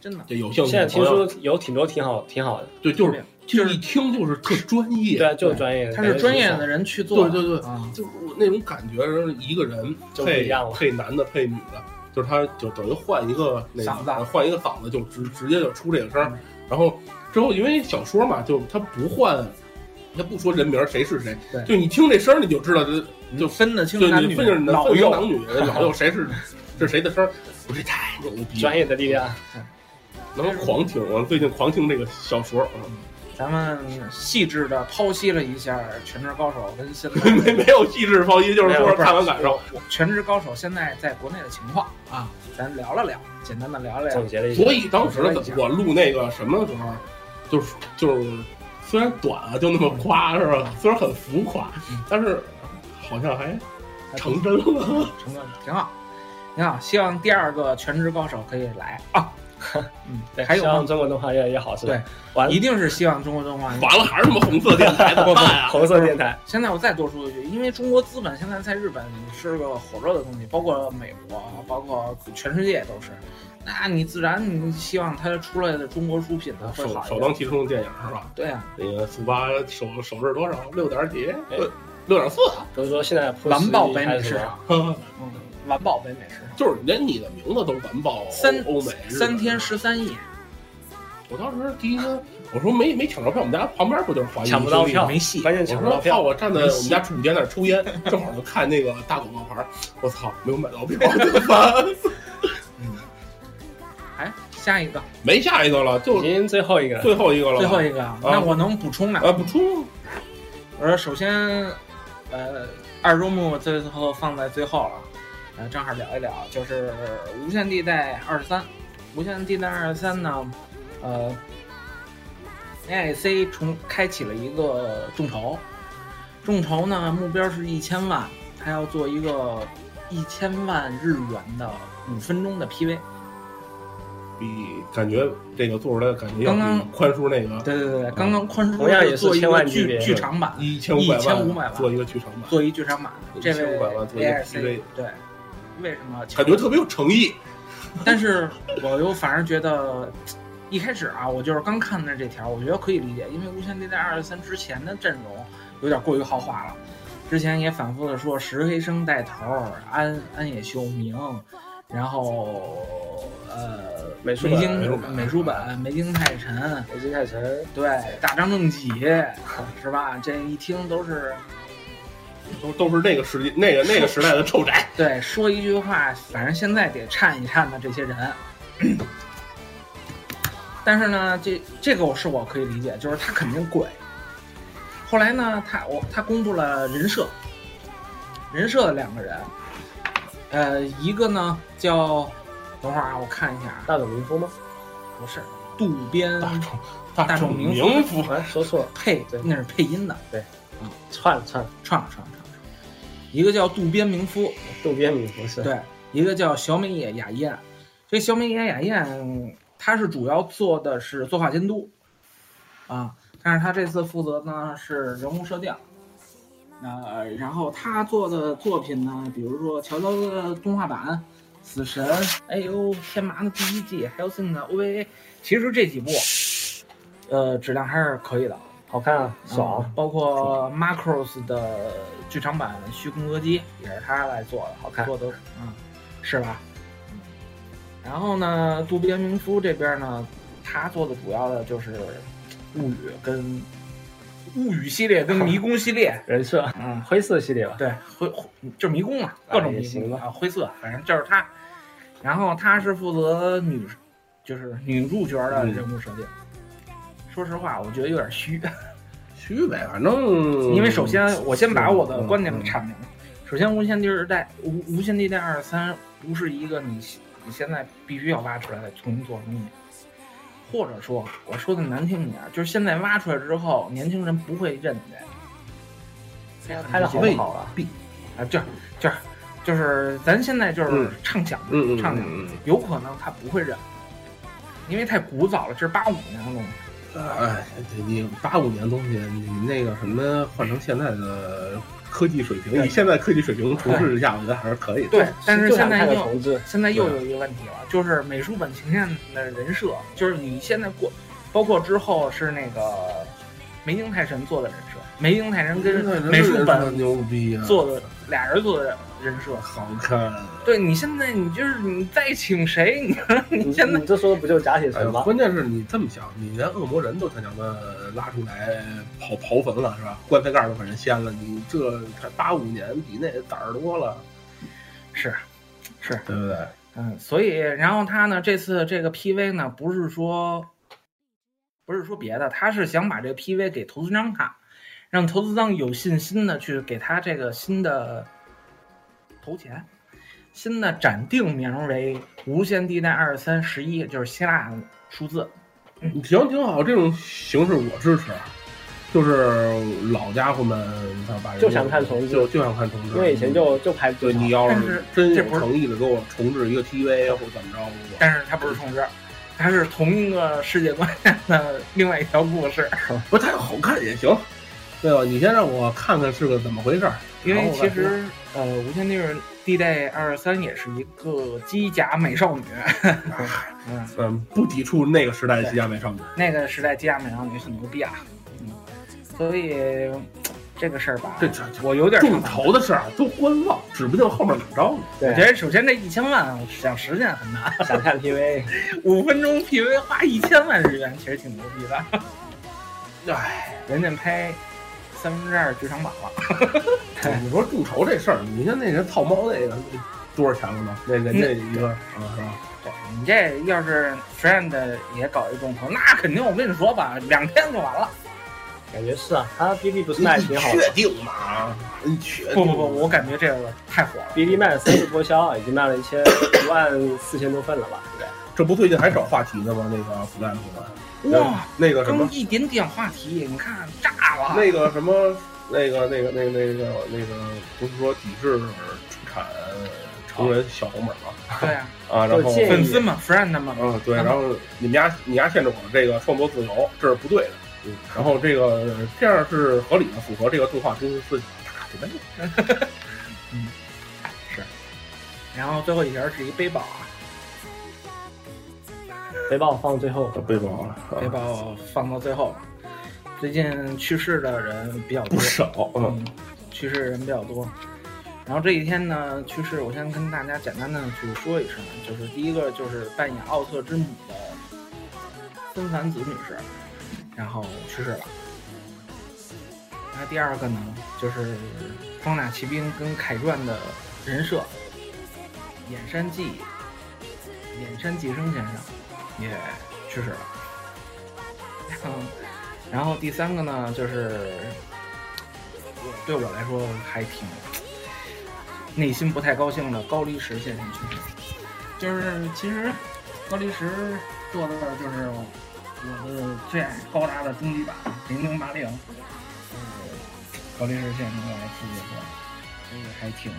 [SPEAKER 1] 真的。
[SPEAKER 2] 这有兴趣
[SPEAKER 3] 现在
[SPEAKER 2] 的
[SPEAKER 3] 听
[SPEAKER 2] 朋友，
[SPEAKER 3] 说有挺多挺好挺好的，
[SPEAKER 2] 对，就是就一听就是特专业，
[SPEAKER 3] 对啊，就是专业的，
[SPEAKER 1] 他是专业
[SPEAKER 3] 感觉
[SPEAKER 1] 的人去做的，
[SPEAKER 2] 对对对
[SPEAKER 1] 啊，
[SPEAKER 2] 就是那种感觉，一个人
[SPEAKER 3] 就不一
[SPEAKER 2] 配
[SPEAKER 3] 样了
[SPEAKER 2] 配男的配女的，就是他就等于换一个那个
[SPEAKER 1] 嗓子
[SPEAKER 2] 换一个嗓子就直直接就出这个声儿
[SPEAKER 1] 嗯，
[SPEAKER 2] 然后之后因为小说嘛，就他不换，他不说人名儿谁是谁
[SPEAKER 1] 对，
[SPEAKER 2] 就你听这声儿你就知道这就
[SPEAKER 1] 分得清
[SPEAKER 2] 就
[SPEAKER 1] 男
[SPEAKER 2] 你
[SPEAKER 1] 女
[SPEAKER 2] 分清
[SPEAKER 1] 老
[SPEAKER 2] 分清
[SPEAKER 1] 幼，
[SPEAKER 2] 男女老 幼谁是是谁的声儿，我这太牛
[SPEAKER 3] 是
[SPEAKER 2] 逼，了
[SPEAKER 3] 专，业的力量。
[SPEAKER 2] 能狂听，我最近狂听这个小说啊，
[SPEAKER 1] 咱们细致的剖析了一下《全职高手》跟现在
[SPEAKER 2] 没没有细致剖析，就是
[SPEAKER 1] 没有
[SPEAKER 2] 说
[SPEAKER 1] 不是
[SPEAKER 2] 看完感受。
[SPEAKER 1] 《全职高手》现在在国内的情况啊，咱聊了聊，简单的聊了聊
[SPEAKER 3] 总。结了一下，
[SPEAKER 2] 所以当时我录那个什么的时候，啊就是就是虽然短啊，就那么夸是吧？虽然很浮夸，
[SPEAKER 3] 嗯
[SPEAKER 2] 但是好像还成真了。
[SPEAKER 1] 成哥挺好，挺好。希望第二个《全职高手》可以来啊。
[SPEAKER 3] 对
[SPEAKER 1] 还有
[SPEAKER 3] 希
[SPEAKER 1] 吗
[SPEAKER 3] 望中国动画越来越好，是吧？完
[SPEAKER 1] 一定是希望中国动画。
[SPEAKER 2] 完了还是他妈红色电台怎么办啊？
[SPEAKER 3] 红色电台，
[SPEAKER 1] 现在我再多说一句，因为中国资本现在在日本是个火热的东西，包括美国，包括全世界都是。那你自然你希望它出来的中国出品呢会
[SPEAKER 2] 首
[SPEAKER 1] 好
[SPEAKER 2] 首
[SPEAKER 1] 一点。
[SPEAKER 2] 当其冲的电影是吧？
[SPEAKER 1] 对啊，
[SPEAKER 2] 那个速八首首日多少？六点几
[SPEAKER 3] 哎？
[SPEAKER 2] 六点四？啊
[SPEAKER 3] 比如说现在扑
[SPEAKER 1] 完爆
[SPEAKER 3] 十
[SPEAKER 1] 北
[SPEAKER 3] 还
[SPEAKER 1] 美
[SPEAKER 3] 是
[SPEAKER 1] 市
[SPEAKER 3] 什么
[SPEAKER 1] 场， 嗯，完爆北美市场，
[SPEAKER 2] 就是连你的名字都完爆
[SPEAKER 1] 三
[SPEAKER 2] 欧美日本啊
[SPEAKER 1] 三天十三夜，
[SPEAKER 2] 我当时第一天我说没没抢着票，我们家旁边不就是华谊
[SPEAKER 3] 抢不到
[SPEAKER 2] 兄弟
[SPEAKER 3] 票
[SPEAKER 1] 没戏。
[SPEAKER 3] 关键
[SPEAKER 2] 我
[SPEAKER 3] 抢不
[SPEAKER 2] 说
[SPEAKER 3] 到
[SPEAKER 2] 操！
[SPEAKER 3] 票，
[SPEAKER 2] 我站在我们家储物间那儿 抽烟，正好就看那个大广告牌儿，我操，没有买到票，怎么办？
[SPEAKER 1] 哎，下一个，
[SPEAKER 2] 没下一个了，
[SPEAKER 3] 已
[SPEAKER 2] 就
[SPEAKER 3] 经最后一个了，
[SPEAKER 2] 最后一个了。啊
[SPEAKER 1] 最后一个啊，那我能补充两个
[SPEAKER 2] 啊，补充
[SPEAKER 1] 我说，首先呃，二周目最后放在最后了，呃，正好聊一聊，就是《无限地带二十三》。《无限地带二十三》呢，呃，AIC 重开启了一个众筹，众筹呢目标是一千万，它要做一个一千万日元的五分钟的 PV。
[SPEAKER 2] 比感觉这个做出来的感觉要
[SPEAKER 1] 刚刚
[SPEAKER 2] 比宽叔那个
[SPEAKER 1] 对对对，对刚刚宽叔
[SPEAKER 3] 嗯同样也是
[SPEAKER 1] 做一
[SPEAKER 3] 千
[SPEAKER 1] 个
[SPEAKER 3] 万级
[SPEAKER 1] 剧
[SPEAKER 3] 别
[SPEAKER 1] 剧场版，
[SPEAKER 2] 一千五百
[SPEAKER 1] 1500
[SPEAKER 2] 万
[SPEAKER 1] 万
[SPEAKER 2] 做一个剧场版，
[SPEAKER 1] 做一剧场版，这位
[SPEAKER 2] 1500万做一个
[SPEAKER 1] AIC
[SPEAKER 2] PV
[SPEAKER 1] 对，为什么？
[SPEAKER 2] 感觉特别有诚意。
[SPEAKER 1] 但是我又反而觉得，一开始啊，我就是刚看的这条，我觉得可以理解，因为《无限地带二十三》之前的阵容有点过于豪华了。之前也反复的说，石黑生带头，安安野秀明，然后呃，
[SPEAKER 3] 美术嗯
[SPEAKER 1] 梅
[SPEAKER 2] 美术
[SPEAKER 3] 本
[SPEAKER 1] 京
[SPEAKER 2] 本
[SPEAKER 1] 美术本、梅京泰臣，
[SPEAKER 3] 北京泰臣，
[SPEAKER 1] 对，大张正己，是吧？这一听都是
[SPEAKER 2] 都都是那个时那个那个时代的臭宅，
[SPEAKER 1] 对，说一句话，反正现在得颤一颤的这些人。 但是呢，这这个我是我可以理解，就是他肯定贵。后来呢，他我他公布了人设，人设两个人，呃，一个呢叫，等会儿啊，我看一下，啊，
[SPEAKER 3] 大冢明夫吗？
[SPEAKER 1] 不是渡边
[SPEAKER 2] 大众
[SPEAKER 1] 大
[SPEAKER 2] 众
[SPEAKER 1] 众民
[SPEAKER 2] 民夫，
[SPEAKER 3] 哎，说错了，
[SPEAKER 1] 配
[SPEAKER 3] 对，
[SPEAKER 1] 那是配音的，
[SPEAKER 3] 串了串了，
[SPEAKER 1] 串了串了串了，一个叫渡边明夫，
[SPEAKER 3] 渡边明夫是，
[SPEAKER 1] 对，一个叫小美野雅彦，这小美野雅彦他是主要做的是作画监督，啊，但是他这次负责呢是人物设定。呃，然后他做的作品呢，比如说《乔乔的动画版》《死神》《哎呦天麻》的第一季，还有现在的 OVA，其实这几部，呃，质量还是可以的。
[SPEAKER 3] 好看啊，
[SPEAKER 1] 啊
[SPEAKER 3] 爽啊，
[SPEAKER 1] 包括 Macross 的剧场版《虚空歌姬》也是他来做的，
[SPEAKER 3] 好看
[SPEAKER 1] 做的嗯，是吧？嗯然后呢，渡边明夫这边呢，他做的主要的就是物语跟物语系列跟迷宫系 列，
[SPEAKER 3] 人设，
[SPEAKER 1] 嗯，
[SPEAKER 3] 灰色系列吧，
[SPEAKER 1] 对，灰灰就是迷宫嘛，各种
[SPEAKER 3] 也
[SPEAKER 1] 迷
[SPEAKER 3] 行
[SPEAKER 1] 宫
[SPEAKER 3] 吧
[SPEAKER 1] 啊，灰色，反正就是他。然后他是负责女，就是女主角
[SPEAKER 3] 嗯
[SPEAKER 1] 的人物设定。说实话，我觉得有点虚。
[SPEAKER 2] 虚呗，反正
[SPEAKER 1] 因为首先我先把我的观点
[SPEAKER 2] 嗯嗯
[SPEAKER 1] 阐明了。首先，无限地带无无限地带二三不是一个你你现在必须要挖出来再重新做的东西，或者说我说的难听一点，就是现在挖出来之后，年轻人不会认的。
[SPEAKER 3] 拍的好不好啊？
[SPEAKER 1] 啊，就是就是就是咱现在就是
[SPEAKER 2] 嗯
[SPEAKER 1] 畅想，
[SPEAKER 2] 嗯嗯
[SPEAKER 1] 畅想，
[SPEAKER 2] 嗯，
[SPEAKER 1] 有可能他不会认，因为太古早了，这是八五年的东西。
[SPEAKER 2] 嗯哎，你八五年东西，你那个什么换成现在的科技水平，
[SPEAKER 1] 对
[SPEAKER 2] 以现在科技水平重置一下，我觉得还是可以的。
[SPEAKER 1] 对，但是
[SPEAKER 3] 就
[SPEAKER 1] 现
[SPEAKER 3] 想
[SPEAKER 1] 在
[SPEAKER 3] 看个
[SPEAKER 1] 又
[SPEAKER 3] 重置，
[SPEAKER 1] 现在又有一个问题了，就是美术本情线的人设，就是你现在过，包括之后是那个梅京泰神做的人设，梅京泰神
[SPEAKER 2] 那
[SPEAKER 1] 跟
[SPEAKER 2] 人
[SPEAKER 1] 美术
[SPEAKER 2] 真的
[SPEAKER 1] 本
[SPEAKER 2] 牛逼啊，
[SPEAKER 1] 做的俩人做的人设。
[SPEAKER 2] 好看。
[SPEAKER 1] 对你现在你就是你再请谁， 你
[SPEAKER 3] 你
[SPEAKER 1] 现在
[SPEAKER 3] 你这说的不就是假铁
[SPEAKER 2] 哎呦
[SPEAKER 3] 神吗？
[SPEAKER 2] 关键是你这么想，你连恶魔人都想让他拉出来刨刨坟了，是吧？棺材盖儿都把人掀了，你这才八五年，比那胆儿多了，
[SPEAKER 1] 是是
[SPEAKER 2] 对不对？
[SPEAKER 1] 嗯，所以然后他呢这次这个 PV 呢不是说不是说别的，他是想把这个 PV 给投资商看，让投资商有信心的去给他这个新的投钱。新的暂定名为“无限地带二三十一”，就是希腊数字。
[SPEAKER 2] 行，挺好，这种形式我支持。啊就是老家伙们，他把人
[SPEAKER 3] 就想看重置
[SPEAKER 2] 就就想看重置，
[SPEAKER 3] 因为以前就就拍
[SPEAKER 2] 对
[SPEAKER 3] 最
[SPEAKER 2] 你要
[SPEAKER 1] 但
[SPEAKER 2] 是
[SPEAKER 1] 是
[SPEAKER 2] 真
[SPEAKER 1] 这
[SPEAKER 2] 有
[SPEAKER 1] 不是
[SPEAKER 2] 诚意的给我重置一个 TV 或者怎么着，我
[SPEAKER 1] 但是它不是重置，它是同一个世界观下的另外一条故事。
[SPEAKER 2] 不太好看也行，对吧？你先让我看看是个怎么回事儿。
[SPEAKER 1] 因
[SPEAKER 2] 然
[SPEAKER 1] 为
[SPEAKER 2] 后
[SPEAKER 1] 其实呃，《无限地地带二三》也是一个机甲美 少女， 嗯，
[SPEAKER 2] 嗯，不抵触那个时代的西亚美少女。
[SPEAKER 1] 那个时代机甲美少女很牛逼啊，嗯，所以嗯这个事儿吧，
[SPEAKER 2] 这这
[SPEAKER 1] 我有点看
[SPEAKER 2] 众
[SPEAKER 1] 法
[SPEAKER 2] 筹的事儿都观望，指不定后面怎么着呢。
[SPEAKER 1] 我
[SPEAKER 3] 对
[SPEAKER 1] 觉，得首先这一千万啊想实现很难，
[SPEAKER 3] 想看 PV，
[SPEAKER 1] 五分钟 PV 花一千万日元，其实挺牛逼的。
[SPEAKER 2] 哎，
[SPEAKER 1] 人家拍三分之二剧场版了，
[SPEAKER 2] 你说众筹这事儿，你看那人草猫那个多少钱了呢？那
[SPEAKER 1] 嗯
[SPEAKER 2] 人家一个啊，是吧？
[SPEAKER 1] 对你这要是 friend 也搞一众筹，那肯定我跟你说吧，两天就完了。
[SPEAKER 3] 感觉是啊，他 BB 不是
[SPEAKER 2] 你
[SPEAKER 3] 卖的
[SPEAKER 2] 你
[SPEAKER 3] 挺好
[SPEAKER 2] 确
[SPEAKER 3] 的
[SPEAKER 2] 定吗？你确定
[SPEAKER 1] 不
[SPEAKER 2] 吗
[SPEAKER 1] 不不，我感觉这个太火了。
[SPEAKER 3] ，BB 卖了三次波销，已经卖了一千一万四千多份了吧？应该
[SPEAKER 2] 这不最近还找话题呢吗？那个腐烂图案，
[SPEAKER 1] 哇，
[SPEAKER 2] 那个什么
[SPEAKER 1] 刚，一点点话题，你看炸了。
[SPEAKER 2] 那个什么，那个那个那个那个那个，不是说抵制出产成人小红本吗？
[SPEAKER 1] 对啊，
[SPEAKER 2] 啊，然
[SPEAKER 3] 就
[SPEAKER 2] 后
[SPEAKER 3] 建议
[SPEAKER 1] 粉丝们，friend 们，
[SPEAKER 2] 嗯，对，然后你们家你家限制我们这个创作自由，这是不对的。嗯，然后这个这样是合理的，符合这个动画公司大的没
[SPEAKER 1] 然后最后一条是一背包啊，
[SPEAKER 3] 别把我放最后。
[SPEAKER 2] 有啊背包了，
[SPEAKER 1] 背包放到最后了。最近去世的人比较多
[SPEAKER 2] 不，少。嗯，
[SPEAKER 1] 嗯，去世人比较多。然后这一天呢，去世我先跟大家简单的去说一声，啊就是第一个就是扮演奥特之母的森繁子女士，然后去世了。那第二个呢，就是装甲骑兵跟凯传的人设，演山纪，演山纪生先生也去世了。 然后，然后第三个呢，就是我对我来说还挺内心不太高兴的高黎石先生去世，就是其实高黎石做的就是我的最爱高达的终极版零零八零，就是高黎石先生来负责做，所以还挺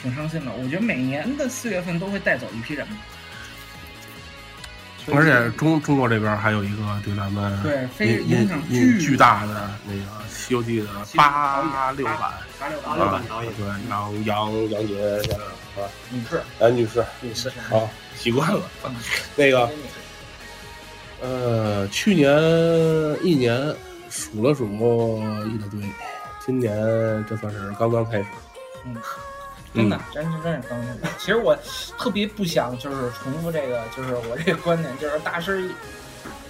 [SPEAKER 1] 挺伤心的。我觉得每年的四月份都会带走一批人，
[SPEAKER 2] 嗯而且中中国这边还有一个对咱们
[SPEAKER 1] 对，非
[SPEAKER 2] 影
[SPEAKER 1] 影响
[SPEAKER 2] 影影
[SPEAKER 1] 巨
[SPEAKER 2] 巨大的那个《西游记》的八六版，啊
[SPEAKER 1] 八六
[SPEAKER 3] 八
[SPEAKER 1] 八
[SPEAKER 3] 六
[SPEAKER 1] 六
[SPEAKER 3] 版导演
[SPEAKER 2] 对，杨杨杨啊杰先生是吧？
[SPEAKER 1] 女士，
[SPEAKER 2] 杨女士
[SPEAKER 3] 女士，
[SPEAKER 2] 啊，习惯了
[SPEAKER 1] 嗯
[SPEAKER 2] 那个。呃，去年一年数了数哦一大堆，今年这算是刚刚开始。
[SPEAKER 3] 嗯
[SPEAKER 2] 嗯
[SPEAKER 1] 真的，真是真是刚性。其实我特别不想就是重复这个，就是我这个观点，就是大师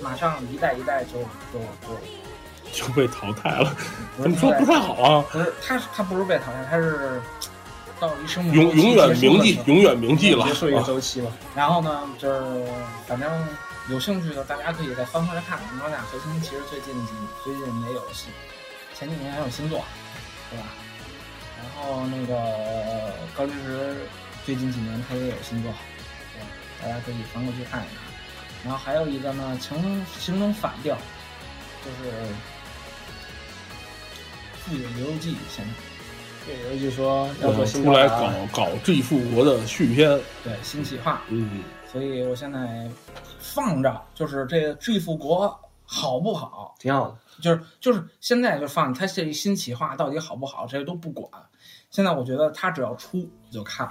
[SPEAKER 1] 马上一代一代就就就
[SPEAKER 2] 就被淘汰 了，
[SPEAKER 1] 不
[SPEAKER 2] 怎
[SPEAKER 1] 是
[SPEAKER 2] 么说不太好啊？
[SPEAKER 1] 不是他是他不是被淘汰，他是到一生命
[SPEAKER 2] 永
[SPEAKER 1] 周期
[SPEAKER 2] 永远
[SPEAKER 1] 结束
[SPEAKER 2] 铭
[SPEAKER 1] 的
[SPEAKER 2] 记
[SPEAKER 1] 时，候
[SPEAKER 2] 永远铭记了
[SPEAKER 3] 结束一个
[SPEAKER 2] 啊！
[SPEAKER 3] 周期嘛，
[SPEAKER 1] 然后呢，就是反正有兴趣的大家可以再翻回来看看。装甲核心其实最近几最近也有新，前几年还有新作，对吧？然后那个呃高知石最近几年他也有新作，对吧，大家可以翻过去看一看。然后还有一个呢，形形成反调，就是富野由悠季先生，
[SPEAKER 3] 对，尤其说要做
[SPEAKER 2] 呃
[SPEAKER 3] 新啊
[SPEAKER 2] 出来
[SPEAKER 3] 高
[SPEAKER 2] 搞
[SPEAKER 3] 达
[SPEAKER 2] 搞这复国的续篇，
[SPEAKER 1] 对新企划，
[SPEAKER 2] 嗯，
[SPEAKER 1] 所以我现在放着，就是这个 G 复国好不好？
[SPEAKER 3] 挺好的。
[SPEAKER 1] 就是就是现在就放他这一新企划到底好不好，这些都不管。现在我觉得他只要出我就看，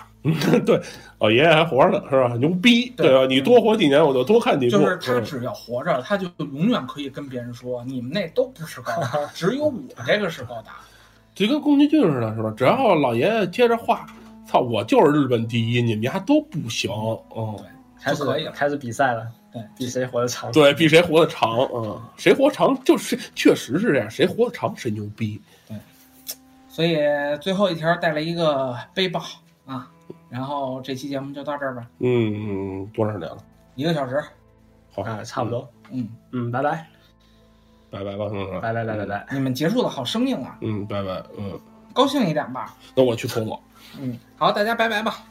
[SPEAKER 2] 对，老爷爷还活着呢，是吧？牛逼，
[SPEAKER 1] 对
[SPEAKER 2] 对吧？啊你多活几年，我就多看几部。
[SPEAKER 1] 就是他
[SPEAKER 2] 嗯
[SPEAKER 1] 只要活着，他就永远可以跟别人说你们那都不是高达，只有我这个是高达。
[SPEAKER 2] 就跟宫崎骏似的，是吧？只要老爷爷接着画，操，我就是日本第一，你们家都不行，嗯，
[SPEAKER 3] 开
[SPEAKER 1] 就可以了
[SPEAKER 3] 始开始比赛了，
[SPEAKER 1] 对，
[SPEAKER 3] 比谁活得长。
[SPEAKER 2] 对比谁活得长，嗯，谁活长就是确实是这样，谁活得长谁牛逼。
[SPEAKER 1] 所以最后一条带了一个背包啊，然后这期节目就到这儿吧，
[SPEAKER 2] 嗯，多长时间了？
[SPEAKER 1] 一个小时，
[SPEAKER 2] 好，
[SPEAKER 3] 啊，差不，多。
[SPEAKER 1] 嗯，
[SPEAKER 3] 嗯，拜拜，
[SPEAKER 2] 拜拜吧，嗯，
[SPEAKER 3] 拜拜，拜拜，拜，拜。
[SPEAKER 1] 你们结束的好生硬啊，
[SPEAKER 2] 嗯，拜拜，嗯，
[SPEAKER 1] 高兴一点吧，
[SPEAKER 2] 那我去厕所。
[SPEAKER 1] 嗯，好，大家拜拜吧。